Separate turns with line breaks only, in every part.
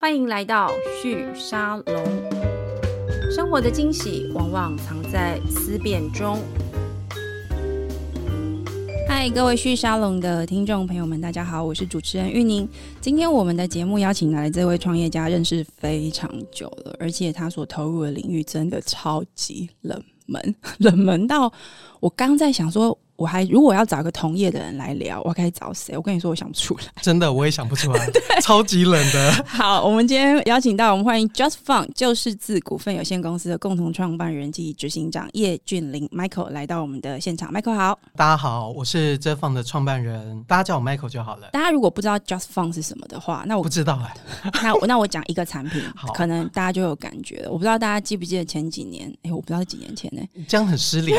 欢迎来到旭沙龙。生活的惊喜往往藏在思辨中。嗨，各位旭沙龙的听众朋友们，大家好，我是主持人玉宁。今天我们的节目邀请来的这位创业家，认识非常久了，而且他所投入的领域真的超级冷门， 冷门到我刚在想说，我还如果要找一个同业的人来聊，我该找谁？我跟你说，我想不出来。
真的，我也想不 出来，超级冷的。
好，我们今天邀请到我们欢迎 Just Fun 就是字股份有限公司的共同创办人及执行长叶俊霖 Michael 来到我们的现场。Michael 好，
大家好，我是 j e f 的创办人，大家叫我 Michael 就好了。
大家如果不知道 Just Fun 是什么的话，那我
不知道哎、
那我那我讲一个产品
好，
可能大家就有感觉了。我不知道大家记不记得前几年，哎、我不知道是几年前呢、
这样很失礼。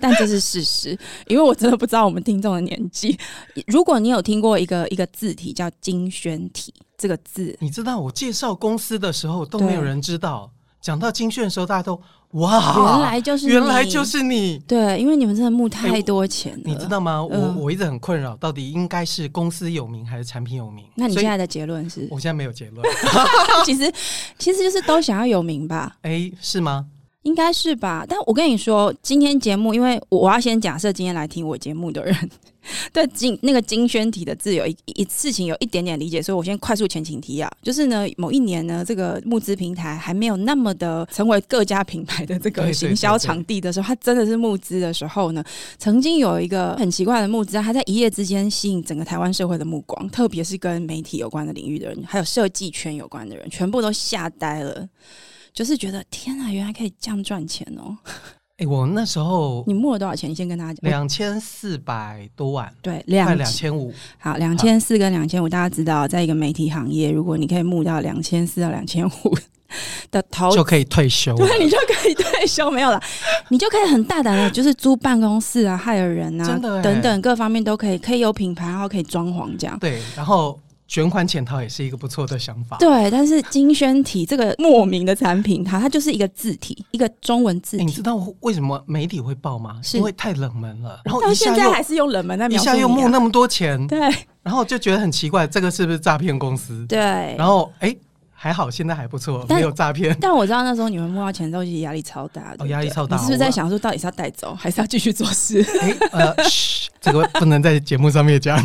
但这是事实，因为我真的不知道我们听众的年纪。如果你有听过一个一个字体叫金萱体这个字，
你知道我介绍公司的时候都没有人知道，讲到金炫的时候，大家都哇，
原来就是
啊原来
你
就是你。
对，因为你们真的募
哎
太
我
多钱了，
你知道吗？
嗯
我我一直很困扰，到底应该是公司有名还是产品有名？
那你
所以
现在的结论是？
我现在没有结论。
其实其实就是都想要有名吧，
哎，是吗？
应该是吧。但我跟你说，今天节目，因为我我要先假设今天来听我节目的人对金那个金宣体的字有一一事情有一点点理解，所以我先快速前情提要，就是呢，某一年呢，这个募资平台还没有那么的成为各家品牌的这
对
个
对
行销
对对
场地的时候，它真的是募资的时候呢，曾经有一个很奇怪的募资啊，它在一夜之间吸引整个台湾社会的目光，特别是跟媒体有关的领域的人，还有设计圈有关的人，全部都吓呆了。就是觉得天啊，原来可以这样赚钱哦！
哎，我那时候
你募了多少钱？你先跟大家讲。
两千四百多万，
对，
快
两
两千五，
好，两千四跟两千五，大家知道，在一个媒体行业，如果你可以募到两千四到两千五的投
就可以退休了。
对，你就可以退休没有 了，你就可以很大胆的，就是租办公室啊、害人啊
真的欸
等等各方面都可以，可以有品牌，然后可以装潢这样。
对，然后卷款潜逃也是一个不错的想法。
对，但是金宣体这个莫名的产品，它它就是一个字体，一个中文字
诶哎你
体，
知道为什么媒体会报吗？
是
因为太冷门了，然后
到
一
现
下
在还
又
是用冷门在
一
描述
下
你、
又募
啊。
那么多钱，
对
然后就觉得很奇怪，这个是不是诈骗公司？
对，
然后哎，诶还好现在还不错，
但
没有诈骗。
但我知道那时候你们募到钱之后，其实压力超大的，
哦压力超大
你是不是在想说，到底是要带走， 还是要继续做事？
哎，呃， 嘘，这个不能在节目上面讲。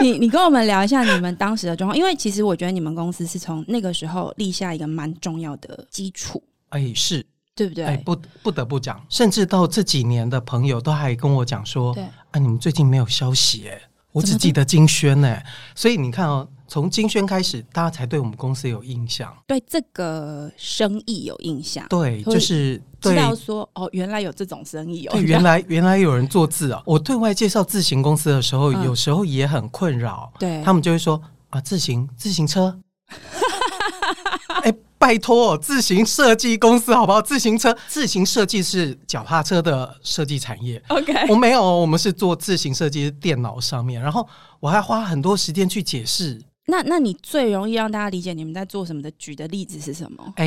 你你跟我们聊一下你们当时的状况，因为其实我觉得你们公司是从那个时候立下一个蛮重要的基础，
哎，是，
对不对？嗯
哎，不不得不讲，甚至到这几年的朋友都还跟我讲说，
对，
啊，你们最近没有消息哎、我
怎
只
么
记得金轩哎、所以你看哦，从金轩开始，大家才对我们公司有印象。
对这个生意有印象，
对，
所以
就是
知
对
道说哦，原来有这种生意哦，
对，原来原来有人做字啊。我对外介绍自行公司的时候，
嗯
有时候也很困扰，
对
他们就会说啊，自行自行车， 哎、拜托，自行设计公司好不好？自行车，自行设计是脚踏车的设计产业，
OK，
我没有，我们是做自行设计，是电脑上面，然后我还花很多时间去解释。
那那你最容易让大家理解你们在做什么的，举的例子是什么？
哎、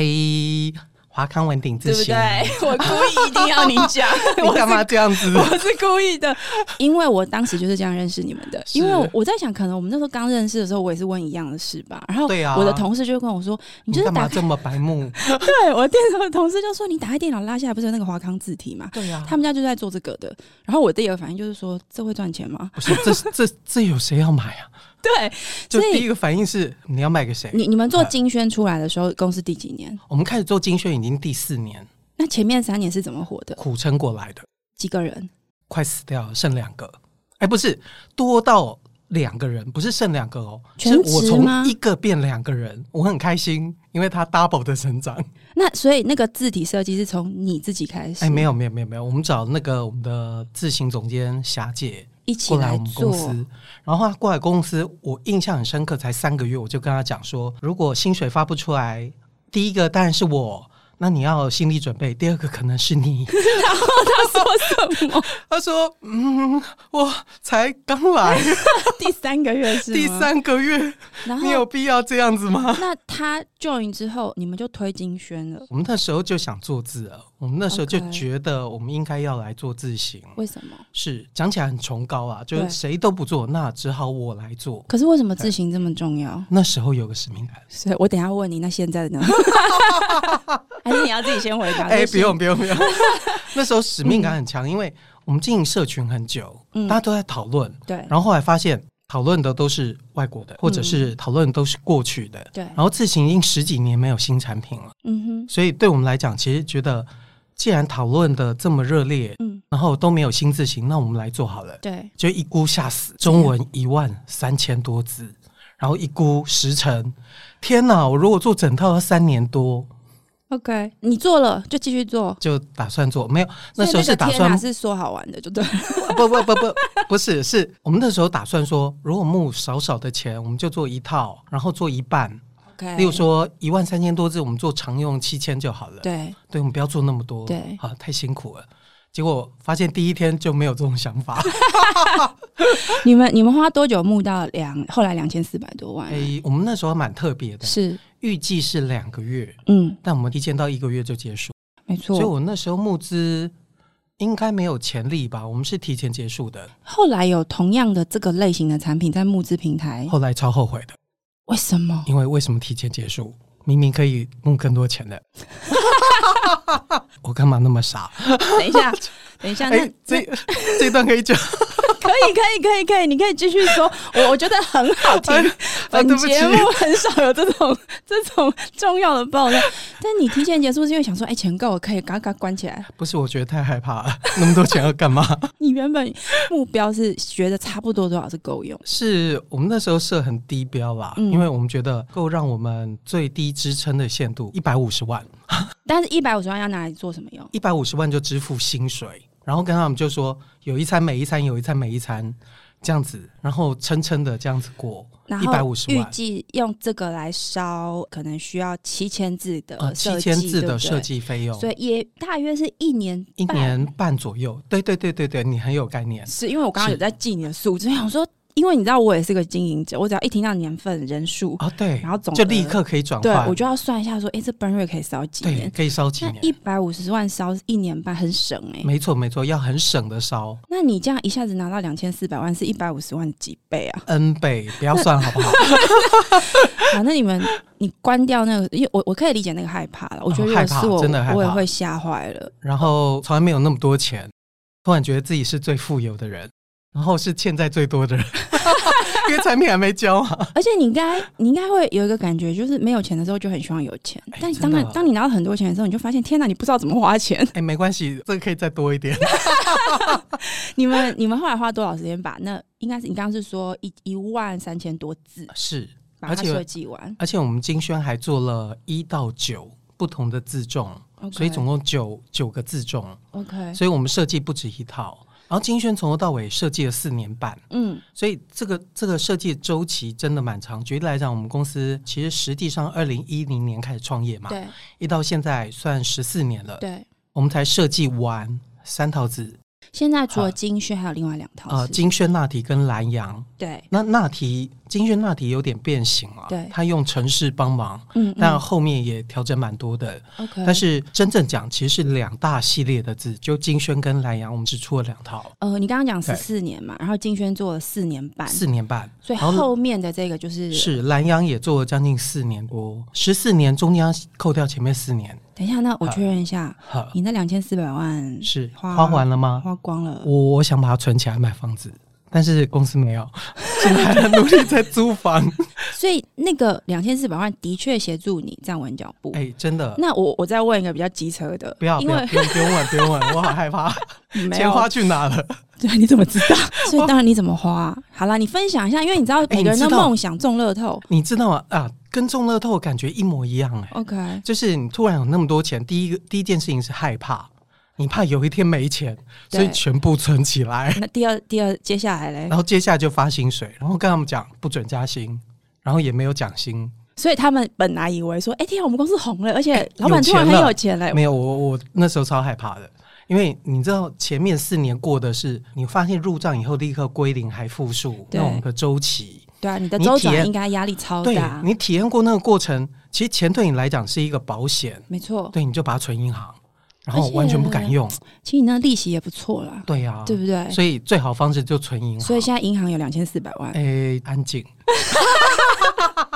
华康文鼎
对
自
不
行，
对？ 我故意一定要你讲，我
你干嘛这样子？
我是故意的，因为我当时就是这样认识你们的。
是
因为我在想，可能我们那时候刚认识的时候，我也是问一样的事吧。然后
对啊
我的同事就会跟我说：“你就是
干嘛
打
这
开，
么白目？
对我电脑的同事就说你打开电脑拉下来，不是有那个华康字体吗？
对呀、
他们家就在做这个的。”然后我第一个反应就是说：“这会赚钱吗
不是，这这这有谁要买 啊？？”
对，
就
所
第
以
一个反应是你要卖给谁？
你你们做金宣出来的时候，公司第几年？
我们开始做精选已经第四年，
那前面三年是怎么火的？
苦撑过来的，
几个人？
快死掉了，剩两个。哎，不是多到两个人，不是剩两个哦，
全
是我
职
从
吗
一个变两个人，我很开心，因为它 double 的成长。
那所以那个字体设计是从你自己开始？
哎，没有没有没有没有，我们找那个我们的自行总监霞姐
一起
过来
来
我们
做。
公 司，然后她过来公司，我印象很深刻，才三个月，我就跟她讲说，如果薪水发不出来，第一个当然是我，那你要有心理准备。第二个可能 是你。
然后他说什么？
他说：“嗯，我才刚来
第三个月是吗啊
第，三个月，
然
你有
后
必要这样子吗
那他 join 之后，你们就推金宣了？”，
我们那时候就想做字了，我们那时候就
OK
觉得我们应该要来做字形。
为什么？
是讲起来很崇高啊，就是
对
谁都不做，那只好我来做。
可是为什么字形这么重 要？
那时候有个使命感。
所以我等一下问你，那现在呢？ 还是你要自己先回答？
哎、
就是
不用不用不嗯用， 那时候使命感很强，因为我们经营社群很久，
嗯
大家都在讨论，
对
然后后来发现讨论的都是外国的，或者是讨论都是过去的。
对，
然后自行已经十几年没有新产品了，
嗯哼，
所以对我们来讲，其实觉得既然讨论的这么热烈，
嗯，
然后都没有新字型，那我们来做好了。
对，
就一估吓死，中文一万三千多字，然后一估时辰，天哪！我如果做整套要三年多，
OK，你做了就继续做。
就打算做没有。那时
所
候
以
是
个
打
天
算
哪是说好玩的，就对了。
不不不不，不是，是我们那时候打算说，如果募少少的钱，我们就做一套，然后做一半。
OK，
例如说一万三千多字，我们做常用七千就好了。，
对，
我们不要做那么多，
对
啊，太辛苦了。结果发现第一天就没有这种想 法。
你们你们花多久募到两？后来两千四百多万啊、
哎，我们那时候蛮特别的，
是，
预计是两个月，
嗯，
但我们提前到一个月就结束，
没
所以
错。
我那时候募资应该没有潜力吧？我们是提前结束的，
后来有同样的这个类型的产品在募资平台，
后来超后悔的。
为什么？
因为为什么提前结束？明明可以弄更多钱的， 我干嘛那么傻？
等一 下，等一下，
哎、
那、
这这段可以讲，
可以可以可以可以，你可以继续说，我我觉得很好听
哎。啊
本
对不起
节目很少有这种 这种重要的爆料，但你提前结束是因为想说，哎、钱够了，可以赶快关起来。
不是我觉得太害怕了，那么多钱要 干嘛？
你原本目标是觉得差不多多少是够用，
是我们那时候设很低标啦，
嗯
因为我们觉得够让我们最低支撑的限度一百五十万，
但是一百五十万要拿来做什么用？
一百五十万就支付薪水，然后跟他们就说有一餐每一餐，有一餐每一餐这样子，然后撑撑的这样子过
然
一百
后
五十
预
万，
计用这个来烧，可能需要七千字
呃，
的
七
设计，
千字
对
的
不对
设，计费用，
所以也大约是一年
一
半
年半左右，对对对对对，你很有概念。
是因为我刚刚
是
有在记你的数字，我想说，因为你知道我也是个经营者，我只要一听到年份、人数，
哦，对，
然后总额
就立刻可以转
对
换，
我就要算一下说，哎、这本月可以烧几
对，
年？
可以烧几
那
年，
一百五十万烧一年半，很省哎、
没错没错，要很省的烧
那你这样一下子拿到两千四百万，是一百五十万的几倍啊？
，N 倍，不要算好 不好？
好，那你们你关掉那个，因为我我可以理解那个害怕了。我觉得如
哦害
果
怕
是我，
真的害怕
我也会吓坏了。
然后从来没有那么多钱，突然觉得自己是最富有的人，然后是欠债最多的人， 因为产品还没交啊。
而且你应该你应该会有一个感觉，就是没有钱的时候就很希望有钱，
哎
但
真
当
的
然当你拿到很多钱的时候，你就发现天哪，你不知道怎么花钱。
哎，没关系，这个可以再多 一点。
你们你们后来花多少时间把那应该是你刚刚是说一一万三千多字
是，
把它
而且
设计完
而且我们金轩还做了一到九不同的自重，
，OK，
所以总共九九个自重。
OK，
所以我们设计不止一套。然后金轩从头到尾设计了四年半，
嗯
所以这个这个设计周期真的蛮长。举例来讲，我们公司其实实际上二零一零年开始创业嘛，
对
一到现在算十四年了，
对。
我们才设计完三套字，
现在除了
好
金靴，还有另外两套
呃，
哦是
金轩纳提跟蓝洋。
对，
那纳提金轩纳提有点变形了，
对
他用城市帮忙，
嗯，
但
嗯
后面也调整蛮多的。
OK，
但是真正讲，其实是两大系列的字，就金轩跟蓝洋，我们只出了两套，
呃，你刚刚讲十
对
四年嘛，然后金轩做了四年半，
四年半。
所以
然后
后面的这个就是，
是蓝洋也做了将近四年多，十四年中间要扣掉前面四年，
等一下，那我确认一下，
呵，
你那两千四百万
是
嗯花
花完了吗？
花光了，
我我想把它存起来买房子，但是公司没有， 现在还在努力在租 房。
所以那个两千四百万的确协助你站稳脚步。
哎、真的。
那我我再问一个比较机车的，
不要
因
不要，
为
不用不用问不 用问，我好害怕，
没
钱
有
花去哪了？
对，你怎么知道？ 所以当然你怎么花？啊好啦，你分享一下，因为你知道每个人
你
的
哦知道
梦想中乐透。
你知道吗？啊，跟中乐透感觉一模一样哎、
OK，
就是你突然有那么多钱，第一个第一件事情是害怕，你怕有一天没钱，所以
对
全部存起来，
那第二第二接下来嘞
哦然，后接下来就发薪水，然后跟他们讲不准加薪，然后也没有奖薪，
所以他们本来以为说，哎、天啊，我们公司红了，而且老
有
板突然
钱
很
了
有钱嘞、
没哎有，我我那时候超害怕的，因为你知道前面四年过的是你发现入账以后立刻归零还负数
对
那种个周期，
对啊，你的
你
周
体验
转应该压力超
对
大，
你体验过那个过程，其实钱对你来讲是一个保险，
没错。
对，你就把它存银行，然后
而且
完全不敢用，
其实你那利息也不错啦，
对呀、
对不对？
所以最好方式就存银行。
所以现在银行有两千四百万，
哎、安静。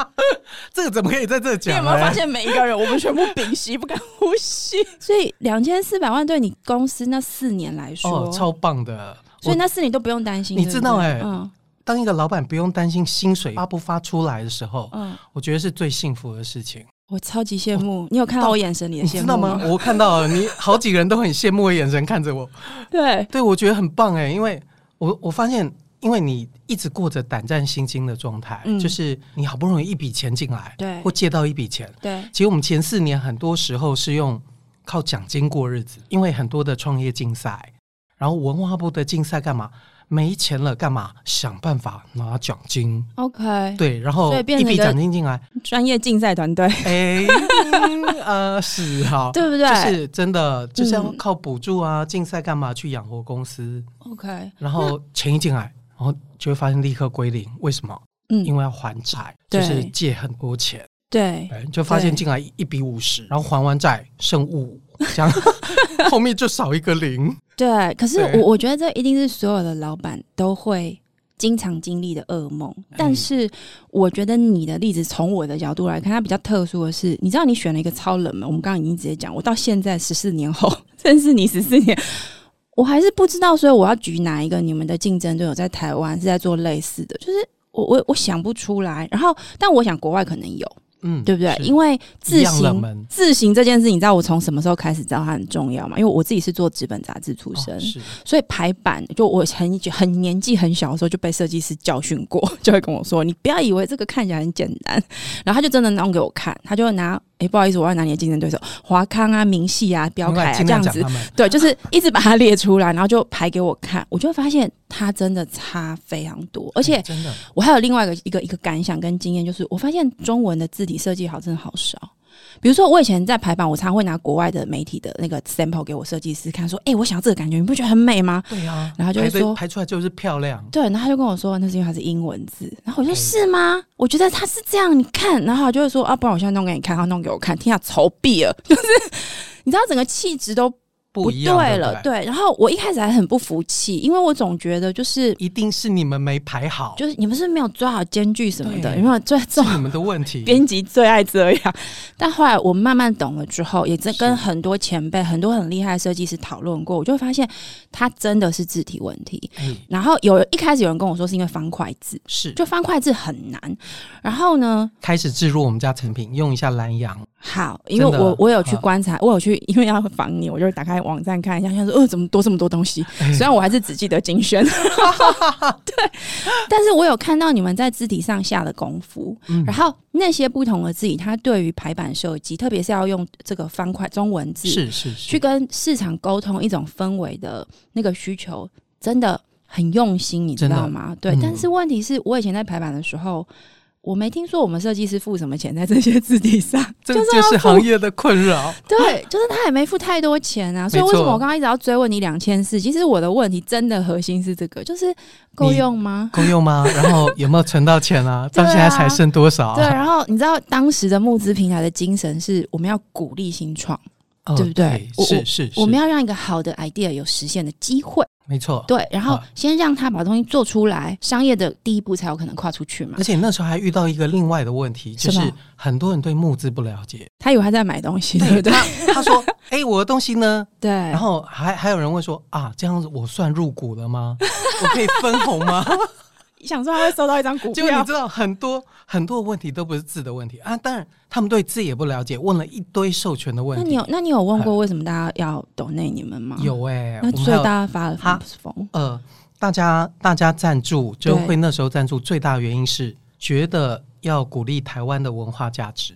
这个怎么可以在这啊
你
讲、
有
呢？
没有发现每一个人，我们全部屏息，不敢呼吸？ 所以两千四百万对你公司那四年来说，
哦，超棒的！
所以
我
那四年都不用担心。
你
对不
知道
对
欸
嗯
当一个老板不用担心薪水发不发出来的时候，
嗯，
我觉得是最幸福的事情。
我超级羡慕，你有看到我眼神里的
哦你
羡
知
慕
道吗？？我看到了啊你好几个人都很羡慕的眼神看着我，
对，
对我觉得很棒哎、因为我我发现，因为你一直过着胆战心惊的状态，
嗯
就是你好不容易一笔钱进来，
对
或借到一笔钱，
对，
其实我们前四年很多时候是用靠奖金过日子，因为很多的创业竞赛，然后文化部的竞赛干嘛？没钱了干嘛？想办法拿奖金。
OK，
对，然后
所以变
一
成一
笔
个
奖金进来，
专业竞赛团队，
哎、嗯呃，是好，
对不对
就是真的，就是要
嗯
靠补助啊，竞赛干嘛去养活公司，
，OK，
然后钱一进来，然后就会发现立刻归零。为什么？因
嗯，
为要还债，就
对
是借很多钱。
对，
哎，就发现
对
进来一比五十，然后还完债剩五，这样后面就少一个零。
对，可是
对
我我觉得这一定是所有的老板都会经常经历的噩梦。但是我觉得你的例子从我的角度来看，它比较特殊的是，你知道你选了一个超冷门，我们刚刚已经直接讲，我到现在十四年后 认识你十四年。我还是不知道，所以我要举哪一个你们的竞争对手在台湾是在做类似的，就是我我我想不出来。然后，但我想国外可能有，
嗯，
对不对？
是
因为
一
自
样冷
行
门
自行这件事，你知道我从什么时候开始知道它很重要吗？因为我自己是做纸本杂志出身，
哦是
所以排版就我很很年纪很小的时候就被设计师教训过， 就会跟我说：“你不要以为这个看起来很简单。”然后他就真的弄给我看，他就拿：“诶，不好意思，我要拿你的竞争对手华康啊、明细啊、标
另
凯
外
啊
尽
这样
量讲
子。
他们”
对，就是一直把它列出来，然后就排给我看，我就会发现它真的差非常多，而且
嗯真的
我还有另外一个一个一个感想跟经验，就是我发现中文的字体设计好真的好少。比如说，我以前在排版，我常会拿国外的媒体的那个 sample 给我设计师看，说：“哎、我想要这个感觉，你不觉得很美吗
对啊，
然后就会
排队
说
排出来就是漂亮？”。
对，然后他就跟我说：“那哦是因为它是英文字。”然后我说：“
哎
是吗？我觉得它是这样，你看。”然后他就会说：“啊，不然我现在弄给你看，他弄给我看，天啊，愁毙了！” 就是你知道，整个气质都
不一样
对
对不
了。
对，
对，然后我一开始还很不服气，因为我总觉得就是
一定是你们没排好，
就是你们是不是没有抓好间距什么的，
对
有没有最重
是你们的 问题。
编辑最爱这样。 但后来我慢慢懂了之后，也真跟
是
很多前辈、很多很厉害的设计师讨论过，我就会发现它真的是字体问题。
哎，
然后有一开始有人跟我说是因为方块字，
是
就方块字很难。然后呢，
开始置入我们家成品，用一下蓝洋，
好，因为
真的
我我有去
啊
观察，我有去，因为要防你，我就打开网站看一下，想说呃怎么多这么多东西。
哎
虽然我还是只记得精 选，对，但是我有看到你们在字体上下的功夫，
嗯
然后那些不同的字体，它对于排版设计，特别是要用这个方块中文字
是是
去
是，
跟市场沟通一种氛围的那个需求，真的很用心，你知道吗？对，
嗯
但是问题是我以前在排版的时候。我没听说我们设计师付什么钱在这些字体上，
这
就是
就是行业的困 扰。
对，就是他也没付太多钱啊，所以为什么我刚刚一直要追问你两千四？其实我的问题真的核心是这个，就是够用吗？
够用吗？然后有没有存到钱啊？到
对啊
现在才剩多少啊？
对，然后你知道当时的募资平台的精神是我们要鼓励新创，
哦
对不对我
是是，
我们
要
要让一个好的 idea 有实现的机会，
没错。
对，然后
啊
先让他把东西做出来，商业的第一步才有可能跨出去嘛
而。且那时候还遇到一个另外的问题，就
什么
是很多人对募资不了解。
他以为他在买东西， 对不对？
他 他说：“哎、我的东西呢？”
对，
然
然
后还还有人问说：“啊，这样子我算入股了吗？我可以分红吗
想说他会收到一张股？”
结果
票
你，知道，很多很多问题都不是字的问题啊。当然，他们对字也不了解，问了一堆授权的问
那
题。
你有那你有问过为什么大家要抖内你们吗？，
有哎、
那
我们
所
还
以
有
大家发了
哈
疯。
呃，大家大家赞助就
对
会那时候赞助最大的原因是觉得要鼓励台湾的文化价值，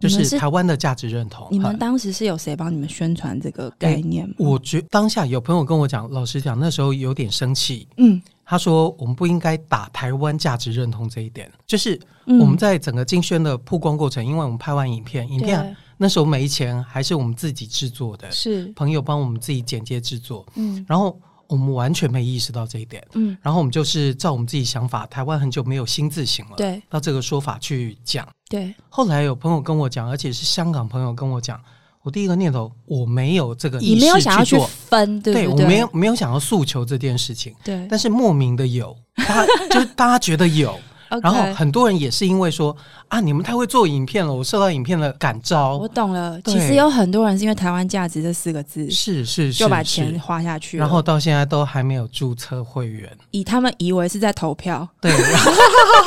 就
你们是
是台湾的价值认同。
你
嗯
们当时是有谁帮你们宣传这个概念吗？
哎我觉当下有朋友跟我讲，老实讲，那时候有点生气。
嗯，
他说：“我们不应该打台湾价值认同这一点，就是
嗯
我们在整个竞选的曝光过程，因为我们拍完影片，影片呃那时候没钱，还是我们自己制作的
对，是
朋友帮我们自己剪接制作，
嗯
然后我们完全没意识到这一点，
嗯
然后我们就是照我们自己想法，台湾很久没有新字形了，
对
到这个说法去讲。
对
后来有朋友跟我讲，而且是香港朋友跟我讲，我第一个念头我没有这个
你
意识
没有想要去
做，
分，对不
我没有没有想要诉求这件事情，
对，
但是莫名的有，大家就是大家觉得 有，然后
OK
很多人也是因为说啊，你们太会做影片了，我受到影片的感召
我，懂了。
对
其实有很多人是因为“台湾价值”这四个字，
是是是，
就把
是
钱花下去了，
然后到现在都还没有注册会员，
以他们以为是在投票，
对，然后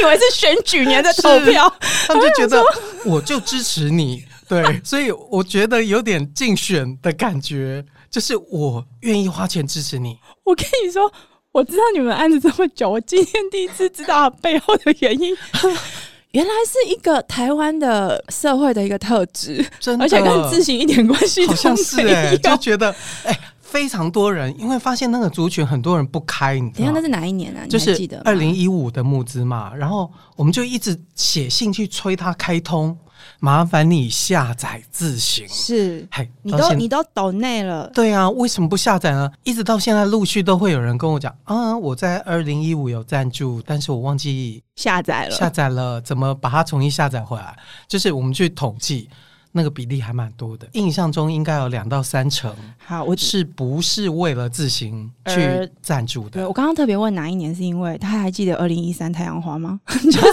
以为是选举年在投 票，
他们就觉得我就支持你， 对，所以我觉得有点竞选的感觉，就是我愿意花钱支持你，
我跟你说，我知道你们案子这么久，我今天第一次知道它背后的原 因，原来是一个台湾的社会的一个特质，
真的，
而且跟自信一点关系
好
都
像是
没
哎、
有。
就觉得哎、非常多人，因为发现那个族群很多人不开，你知
等一下，
道
那
吗？
是哪一年啊？
就
你还
是
记得吗
二零一五的募资嘛，然后我们就一直写信去催他开通，麻烦你下载自行。
是，
嘿，
你
到
都
现
你都抖内了，
对啊，为什么不下载呢？一直到现在，陆续都会有人跟我讲，啊，我在二零一五有赞助，但是我忘记
下载
下
了，
载了，怎么把它重新下载回来？就是我们去统计，那个比例还蛮多的，印象中应该有两到三成
好，啊我呃
是不是为了自行
而
去赞助
对，
的？
我刚刚特别问哪一年，是因为他还记得二零一三太阳花吗？ 就是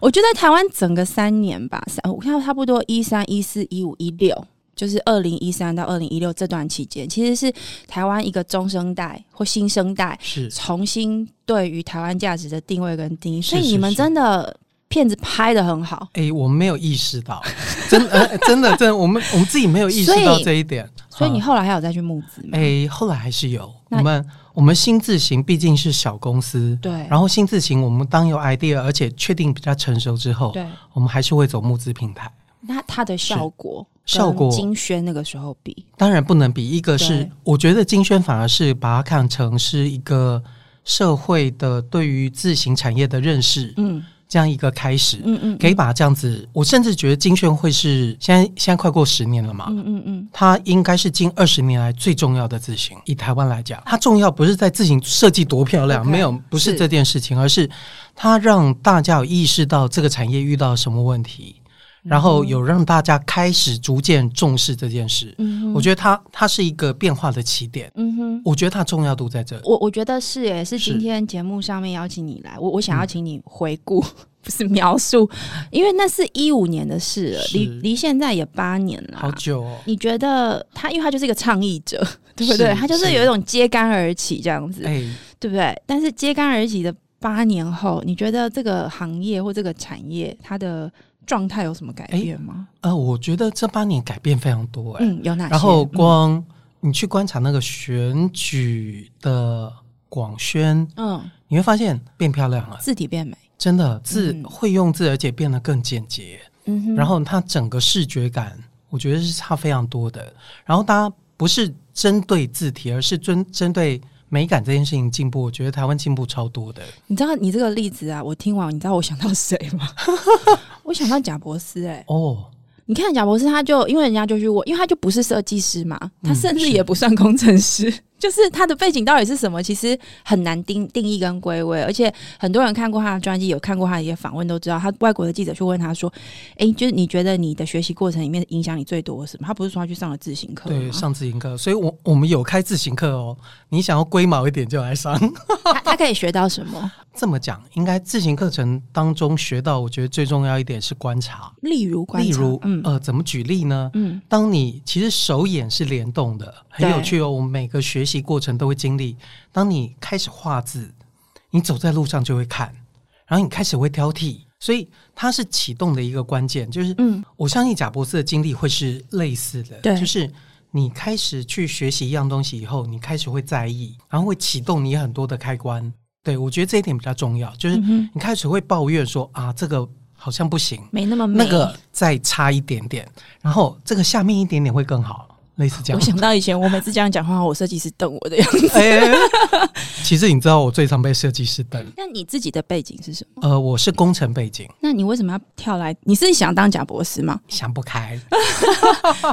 我觉得台湾整个三年吧，三我看到差不多一三、一四、一五、一六，就是二零一三到二零一六这段期间，其实是台湾一个中生代或新生代
是
重新对于台湾价值的定位跟定义。
是
所以你们
是
真的片子拍的很好，
哎、我们没有意识到，真的、呃真的真的，我们我们自己没有意识
所
到
以
这一点。
所以你
啊
后来还有再去募资吗？
哎、后来还是有我
那
们我们新字型毕竟是小公司，
对
然后新字型我们当有 idea，而且确定比较成熟之后，
对，
我们还是会走募资平台。
那它的效果
是效果
跟金宣那个时候比，
当然不能比，一个是
对
我觉得金宣反而是把它看成是一个社会的对于自行产业的认识、
嗯
这样一个开始，
嗯嗯，
可以把它这样子。我甚至觉得金宣会是现在现在快过十年了嘛，
嗯嗯嗯，
它应该是近二十年来最重要的字型。以台湾来讲，它重要不是在字型设计多漂亮
OK，
没有，不是
是
这件事情，而是它让大家有意识到这个产业遇到什么问题，
嗯
然后有让大家开始逐渐重视这件事。
嗯哼
我觉得它它是一个变化的起点，
嗯哼。
我觉得它重要度在这里。
我我觉得是耶，是
是嗯
今天节目上面邀请你来，我我想要请你回顾， 不是描述，因为那是一五年的事了，
是
离离现在也八年了
好
啊。
久哦，
你觉得他，因为他就是一个倡议者， 对不对？
是
他就是
是
有一种揭竿而起这样子，
哎、
对不对？但是揭竿而起的八年后，你觉得这个行业或这个产业它的状态有什么改变吗？
呃，我觉得这八年改变非常多、哎、
嗯，有哪些？
然后光、你去观察那个选举的广宣。
嗯，嗯
你会发现变漂亮了，
字体变美，
真的字
嗯
会用字，而且变得更简洁。
嗯哼，
然后它整个视觉感，我觉得是差非常多的。然后大家不是针对字体，而是针针对美感这件事情进步。我觉得台湾进步超多的。
你知道你这个例子啊，我听完，你知道我想到谁吗？ 我想到贾博士、哎，
哦，
你看贾博士，他就因为人家就去问，因为他就不是设计师嘛，他
嗯
甚至
是
也不算工程师， 就是他的背景到底是什么，其实很难定定义跟归位。而且很多人看过他的专辑，有看过他的一些访问，都知道他外国的记者去问他说：“哎、就是你觉得你的学习过程里面影响你最多的是什么？”他不是说他去上了自行课
对，
吗？
上自行课，所以我我们有开自行课哦。你想要龟毛一点就来上。
他他可以学到什么？
这么讲，应该自行课程当中学到，我觉得最重要一点是观察。
例如观察，
例如，
嗯
呃，怎么举例呢？
嗯，
当你其实手眼是联动的，很
对
有趣哦。我们每个学习过程都会经历。当你开始画字，你走在路上就会看，然后你开始会挑剔，所以它是启动的一个关键。就是，
嗯，
我相信贾博士的经历会是类似的，
对
就是你开始去学习一样东西以后，你开始会在意，然后会启动你很多的开关。对我觉得这一点比较重要，就是
嗯哼
你开始会抱怨说啊，这个好像不行，
没那么美。
那个再差一点点，然后这个下面一点点会更好，类似这
我
样。
想到以前我每次这样讲话，我设计师瞪我的样子。
哎，其实你知道我最常被设计师等，
那你自己的背景是什么？
嗯
呃，我是工程背景，？
那你为什么要跳来？你是想当贾博士吗
想不开，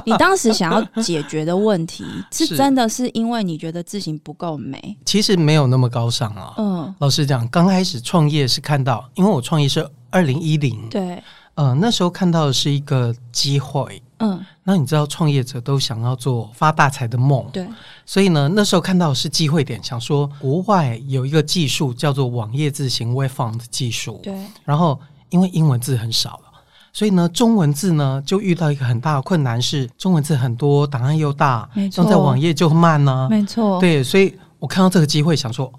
你当时想要解决的问题，是
是
真的是因为你觉得自己不够美？
其实没有那么高尚啊。
嗯，
老实讲，刚开始创业是看到，因为我创业是二零一零，
对，
呃，那时候看到的是一个机会。
嗯，
那你知道创业者都想要做发大财的梦，
对，
所以呢，那时候看到的是机会点，想说国外有一个技术叫做网页字型 Webform 的技术，
对，
然后因为英文字很少了，所以呢，中文字呢就遇到一个很大的困难是，中文字很多，档案又大，
没错
用在网页就慢呢、
没错，
哦对，所以我看到这个机会，想说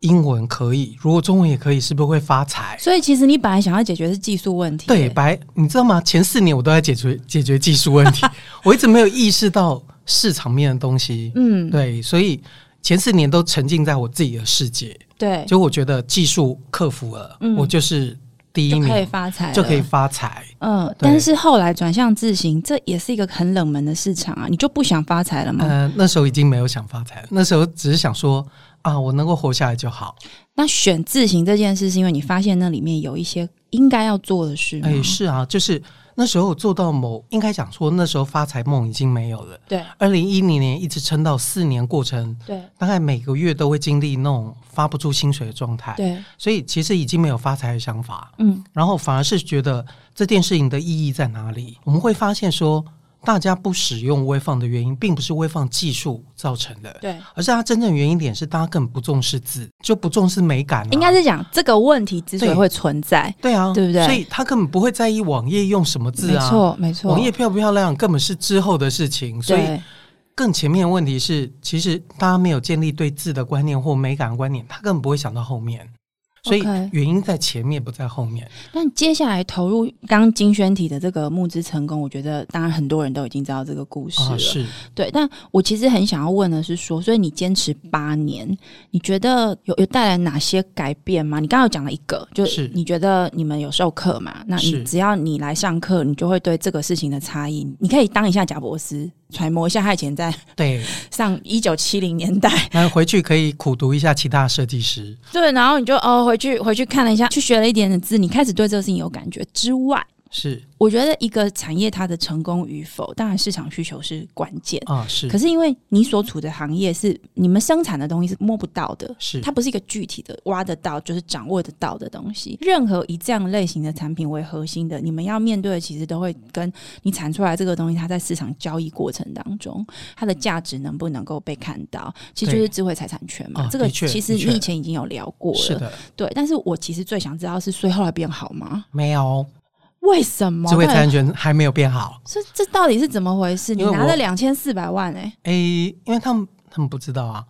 英文可以，如果中文也可以，是不是会发财？
所以其实你本来想要解决的是技术问题，
对，白，你知道吗？前四年我都在解决解决技术问 题，我一直没有意识到市场面的东西。
嗯，
对，所以前四年都沉浸在我自己的世界，
对，
就我觉得技术克服了，
嗯
我就是第一
就可以
名，
发财，
就可以。发财。
嗯，
对
但是后来转向自行，这也是一个很冷门的市场啊，你就不想发财了吗？
呃，那时候已经没有想发财了，那时候只是想说啊，我能够活下来就好。
那选自行这件事，是因为你发现那里面有一些应该要做的事吗？
哎、是啊，就是那时候做到某，应该讲说那时候发财梦已经没有了。
对
二零一零年一直撑到四年过程，
对
大概每个月都会经历那种发不出薪水的状态，
对，
所以其实已经没有发财的想法，
嗯，
然后反而是觉得这件事情的意义在哪里？我们会发现说，大家不使用微放的原因，并不是微放技术造成的，
对，
而是它真正原因点是大家根本不重视字，就不重视美感、啊，
应该是讲这个问题之所以
对
会存在，
对啊，
对不对
所以他根本不会在意网页用什么字
没
啊，
错没错，
网页漂不漂亮根本是之后的事情，所以
对
更前面的问题是，其实大家没有建立对字的观念或美感的观念，他根本不会想到后面。所以
OK
原因在前面，不在后面。
但接下来投入刚金宣体的这个募资成功，我觉得当然很多人都已经知道这个故事了。
啊，是
对，但我其实很想要问的是说，所以你坚持八年，你觉得有有带来哪些改变吗？你刚刚有讲了一个，就是
是
你觉得你们有授课嘛？那你
是
只要你来上课，你就会对这个事情的差异，你可以当一下贾博士，揣摩一下他以前在
对。
上一九七零年代，
那回去可以苦读一下其他设计师。
对，然后你就哦回去回去看了一下，去学了一点的字，你开始对这个事情有感觉之外。
是
我觉得一个产业它的成功与否，当然市场需求是关键。
啊，是
可是因为你所处的行业是你们生产的东西是摸不到的，
是
它不是一个具体的挖得到，就是掌握得到的东西。任何以这样类型的产品为核心的，你们要面对的其实都会跟你产出来这个东西，它在市场交易过程当中，它的价值能不能够被看到，其实就是
对
智慧财产权嘛。
啊
这个
的确
其实
的
你
确
以前已经有聊过
是
了，
的，
对。但是我其实最想知道是，所以后来变好吗？
没有
为什么？
智慧
到
财
底
产权还没有变好。
这这到底是怎么回事？你
因为
拿
我
了两千四百万哎、
诶，因为他们他们不知道啊。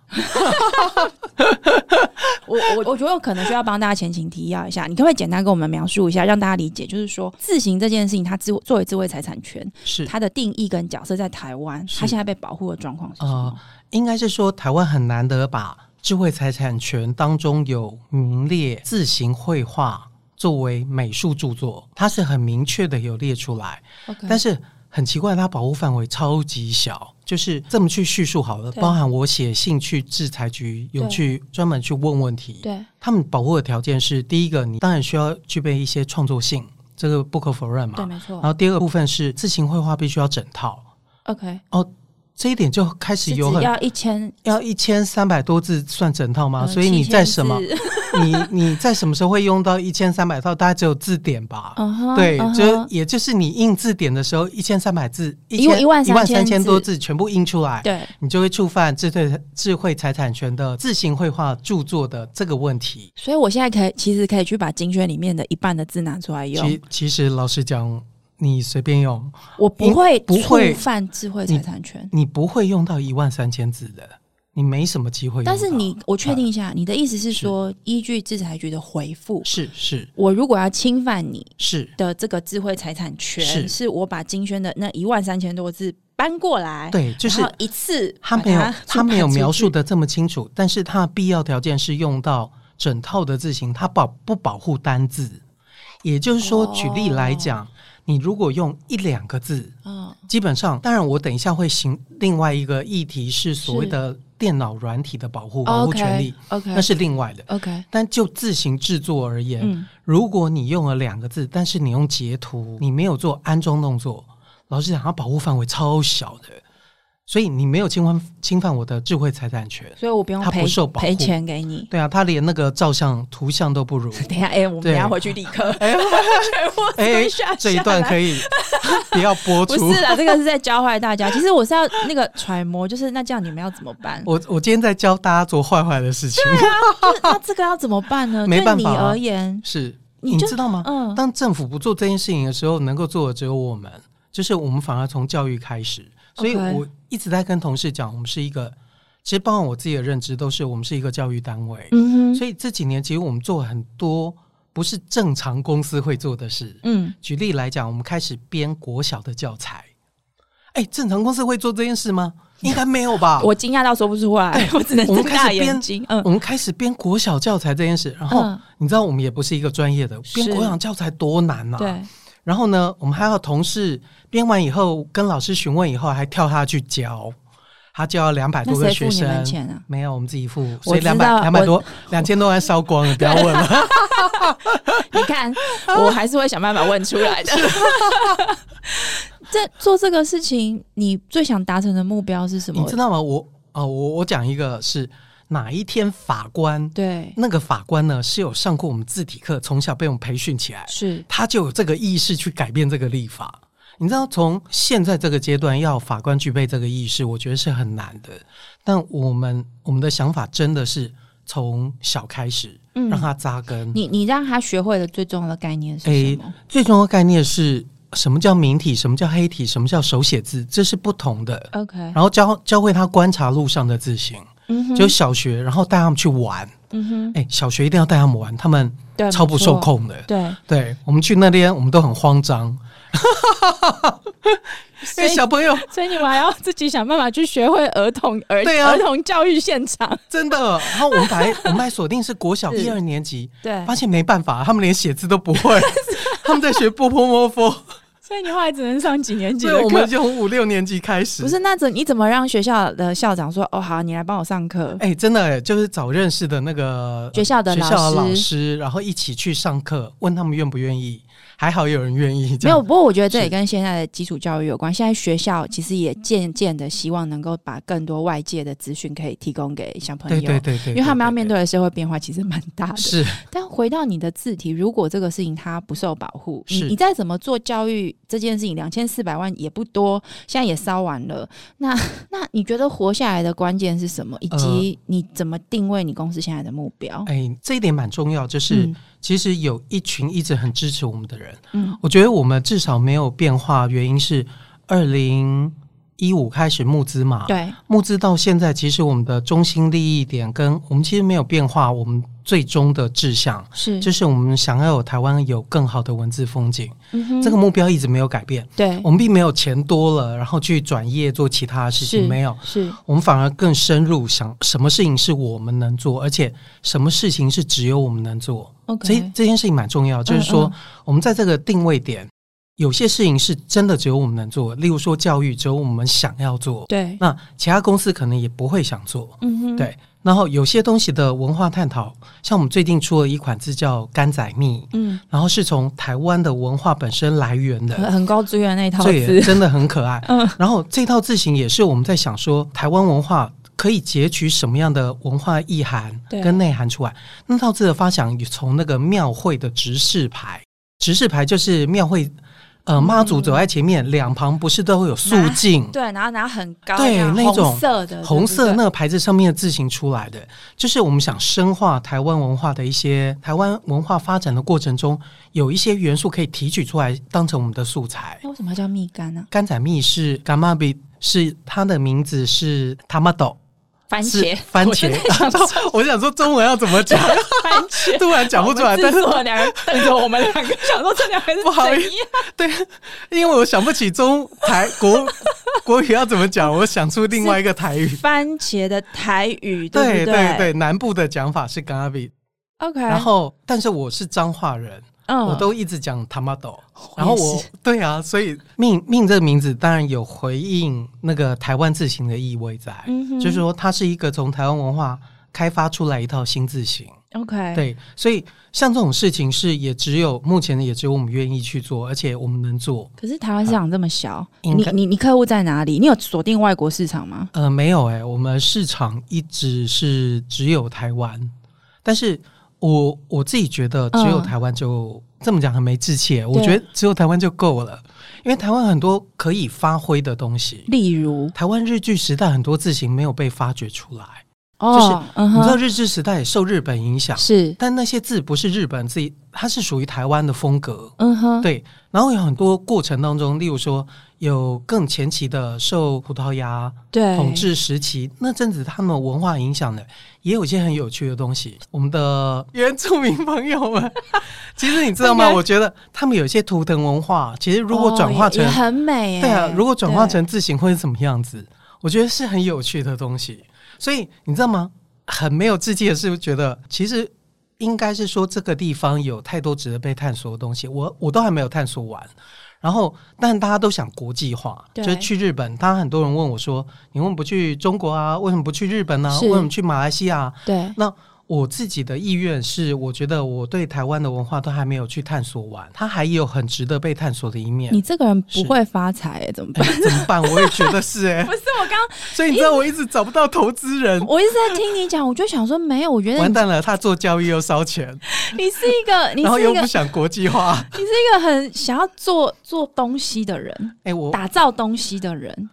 我我我觉得我可能需要帮大家前情提要一下，你可不可以简单跟我们描述一下，让大家理解，就是说自行这件事情，它自作为自卫财产权，
是
它的定义跟角色在台湾，
是哦
它现在被保护的状况是什么？
应该是说台湾很难得把智慧财产权当中有名列字形绘画作为美术著作，它是很明确的有列出来，但
是
是很奇怪，它保护范围超级小。就是这么去叙述好了，
对
包含我写信去制裁局，有
对
去专门去问问题。
对
他们保护的条件是：第一个，你当然需要具备一些创作性，这个不可否认嘛
对，。没
然
错。
后第二个部分是字形绘画必须要整套，
OK，
这一点就开始
是
有很
只要一千，
要一千三百多字算整套吗？
呃
所以你在什？么
7000字
你你在什么时候会用到一千三百套？大概只有字典吧。
嗯哼，
对，
嗯哼
就也就是你印字典的时候，一千三百字，
一万
一
一万三
万三
千
千
字
多字全部印出来，
对。
你就会触犯智慧智慧财产权的自行绘画著作的这个问题。
所以我现在可以，其实可以去把精选里面的一半的字拿出来用，
其其实老实讲，你随便用，
我不会
不会
触犯智慧财产权。
你不会用到一万三千字的，你没什么机会用到。嗯
但是你，我确定一下，你的意思是说，依据制裁局的回复，
是是
我如果要侵犯你
是，
的这个智慧财产权，是
是
我把金轩的那一万三千多字搬过来，，
对，就是
一次
他
把
没有
它
他没有
出版出去
描述，的这么清楚，但是他的必要条件是用到整套的字形，他保不保护单字？也就是说，
哦
举例来讲，你如果用一两个字，
嗯，
基本上，当然我等一下会行另外一个议题是所谓的电脑软体的保护保护权利，
OK
那是另外的。
OK，
但就自行制作而言，
嗯，
如果你用了两个字，但是你用截图，你没有做安装动作，老实讲，它保护范围超小的，所以你没有侵犯侵犯我的智慧财产权。
所以我不用
它
赔
不受保护
赔钱给你。
对啊，它连那个照相图像都 不如。
等一下，哎、我们
对
等一下回去立刻 全部
哎、
screenshot 下
这一段
来
可以 不要播
不
出。
是啦，这个是在教坏大家。其实我是要那个揣摩，就是那这样你们要怎么办？
我我今天在教大家做坏坏的事情，
啊就是那这个要怎么办呢？
没
对
办
你
法啊
而言，
是
你
你
就
知道吗？
嗯，
当政府不做这件事情的时候，能够做的只有我们，就是我们反而从教育开始。所以
OK
我一直在跟同事讲，我们是一个，其实包括我自己的认知，都是我们是一个教育单位。
嗯哼，
所以这几年其实我们做很多不是正常公司会做的事。
嗯，
举例来讲，我们开始编国小的教材。哎，正常公司会做这件事吗？应该没有吧。
我惊讶到说不出话来，我只能
啊哎我们
睁
开始
大眼
编
睛。嗯，
我们开始编国小教材这件事，然后、
嗯
你知道我们也不是一个专业的，编
是
国小教材多难啊呐、
对，
然后呢，我们还有同事编完以后跟老师询问以后，还跳下去教，他教了两百
那
多个
谁付
学
你
生
们。钱啊？
没有，我们自己付，
我
所以
知道
两百两百
我
多两 千多万烧光了，不要问了。
你看，我还是会想办法问出来 的。这做这个事情，你最想达成的目标是什
你
么
知？道吗？我哦，我我讲一个是哪一天法官，
对，
那个法官呢是有上过我们字体课，从小被我们培训起来，
是
他就有这个意识去改变这个立法。你知道，从现在这个阶段要法官具备这个意识，我觉得是很难的。但我们我们的想法真的是从小开始，
嗯
让他扎根。
你你让他学会了最重要的概念是什么？
最重要的概念是什么叫明体，什么叫黑体，什么叫手写字，这是不同的。
OK，
然后教教会他观察路上的字形，
嗯哼
就小学，然后带他们去玩。
嗯哼，
哎、小学一定要带他们玩，他们
对，
超不受
没错。
控的。
对，
对我们去那边，我们都很慌张，因
所
为
以
小朋友
所以你们还要自己想办法去学会儿童儿
对啊
儿童教育现场。
真的。然后我们 还我们还锁定是国小
是
一二年级，
对
发现没办法，他们连写字都不 会，他们在学波波摸佛，
所以你后来只能上几年级
所
的
以我
课
们。就从五六年级开始。
不，是，那怎你怎么让学校的校长说哦好，你来帮我上课？
哎、真的、哎，就是早认识的那个
学校的
学校的
老
老
师
师，然后一起去上课，问他们愿不愿意。还好有人愿意，这
没有，
样
不过我觉得这也
是
跟现在的基础教育有关。现在学校其实也渐渐的希望能够把更多外界的资讯可以提供给小朋友，
对对对对对，
因为他们要面对的社会变化其实蛮大的。
是
但回到你的字体，如果这个事情它不受保护，你
是
你再怎么做教育这件事情，两千四百万也不多，现在也烧完了。那那你觉得活下来的关键是什么？以及你怎么定位你公司现在的目标？
呃哎、这一点蛮重要，就是、其实有一群一直很支持我们的人，
嗯
我觉得我们至少没有变化，原因是二零一五开始募资嘛
嗯，，对，
募资到现在，其实我们的中心利益点跟我们其实没有变化，我们最终的志向
是，
就是我们想要有台湾有更好的文字风景，
嗯哼
这个目标一直没有改变。
对
我们并没有钱多了，然后去转业做其他的事
是
情，没有。
是
我们反而更深入想什么事情是我们能做，而且什么事情是只有我们能做。
OK，
所以这件事情蛮重要，就是说、
嗯
我们在这个定位点，有些事情是真的只有我们能做，例如说教育只有我们想要做，
对，
那其他公司可能也不会想做。
嗯哼
对然后有些东西的文化探讨，像我们最近出了一款字叫“甘仔蜜
嗯”，，
然后是从台湾的文化本身来源的，
很很高资源那一套
这也
字，
真的很可爱。
嗯
然后这套字型也是我们在想说，台湾文化可以截取什么样的文化意涵
对
跟内涵出来。那套字的发想也从那个庙会的执事牌，执事牌就是庙会，呃，妈祖走在前面，两旁不是都会有肃静。
对，然后拿很高这
对
样
那种
红色的
红色
呃对不
那
对
个牌子上面的字型出来的，就是我们想深化台湾文化的一些台湾文化发展的过程中，有一些元素可以提取出来，当成我们的素材。
那为什么要叫蜜柑呢？
甘仔蜜是 g a m a b i 是它的名字是 Tamado，
番
是
茄，
番
我正
茄
在想 说。
我想说中文要怎么讲，
番茄。
突然讲不出
我
来，
们
但
制
是
作两个人瞪着我们两个，想说这两个人是
啊不好意
怎样
对，因为我想不起中台 国国语要怎么讲，我想出另外一个台语。
番茄的台语，
对
不
对对，南部的讲法是 g a m a b i
，OK。
然后但是我是彰化人，
嗯
我都一直讲 tomato，
也
然后我
是
对啊，所以命命这个名字当然有回应那个台湾字形的意味在，
嗯哼
就是说它是一个从台湾文化开发出来一套新字形。
OK，，
对，所以像这种事情是也只有目前也只有我们愿意去做，而且我们能做。
可是台湾市场这么小，
啊应
你
该
你你客户在哪里？你有锁定外国市场吗？
呃，没有哎、我们市场一直是只有台湾，但是我我自己觉得只有
嗯
台湾就、这么讲很没志气欸、我
对
觉得只有台湾就够了，因为台湾很多可以发挥的东西。
例如，
台湾日剧时代很多字形没有被发掘出来，
哦，嗯
你知道
哼，
日治时代也受日本影啊响，
是，
但那些字不是日本自己，它是属于台湾的风格。
嗯哼，
对，然后有很多过程当中，例如说有更前期的受葡萄牙
对，
统治时期那阵子，他们文化影响的也有一些很有趣的东西。我 们的原住民朋友们，其实你知道吗？
应该
我觉得他们有一些图腾文化，其实如果
哦
转化
也
成、
也很美耶，
对啊，如果转化
哎对
成字形会是什么样子？我觉得是很有趣的东西。所以你知道吗？很没有志气的是，觉得其实应该是说这个地方有太多值得被探索的东西，我我都还没有探索完。然后，但大家都想国际化，
对
就是去日本。当然，很多人问我说：“你为什么不去中国啊？为什么不去日本呢、啊？
是
为什么去马来西亚啊、
对，
我自己的意愿是，我觉得我对台湾的文化都还没有去探索完，它还有很值得被探索的一面。
你这个人不
是
会发财耶，怎么办？
哎怎么办？我也觉得 是哎、
不是我刚，
所以你知道我一直找不到投资人，
我一直在听你讲，我就想说没有，我觉得
完蛋了，他做交易又烧钱，
你你是一个，你
然后
是
又
一个，
不
你
想国 际化。
是一个很想要做做东西的人，
哎、我
打造东西的人。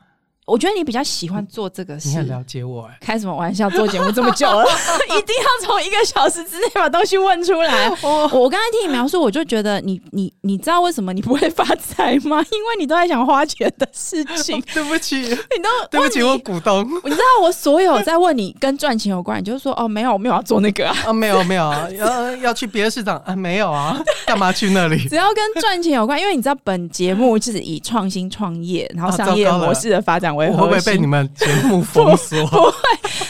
我觉得你比较喜欢做这个
嗯你很
事。
了解我哎、
开什么玩笑？做节目这么久 了，一定要从一个小时之内把东西问出来。
哦，
我我刚才听你描述，我就觉得你你你知道为什么你不会发财吗？因为你都在想花钱的事情，
哦对不起，
你都
对不起，
问
我
你
股 东
你知道我所有在问你跟赚钱有关，你就说哦没有，我没有要做那 个啊。
啊，没有没有，要要去别的市场啊，没 有啊，干嘛去那里？
只要跟赚钱有关，因为你知道本节目就是以创新创业，然后商业
啊糟糕了
模式的发展
我
为
会不
核
会被你
心。
们节 目封锁？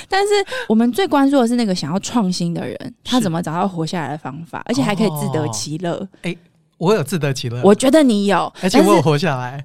但是我们最关注的是那个想要创新的人，他
是
怎么找到活下来的方法，而且还可以自得其乐。
我有自得其乐，
我觉得你有，
呃而
但
且
是
我有活下 来，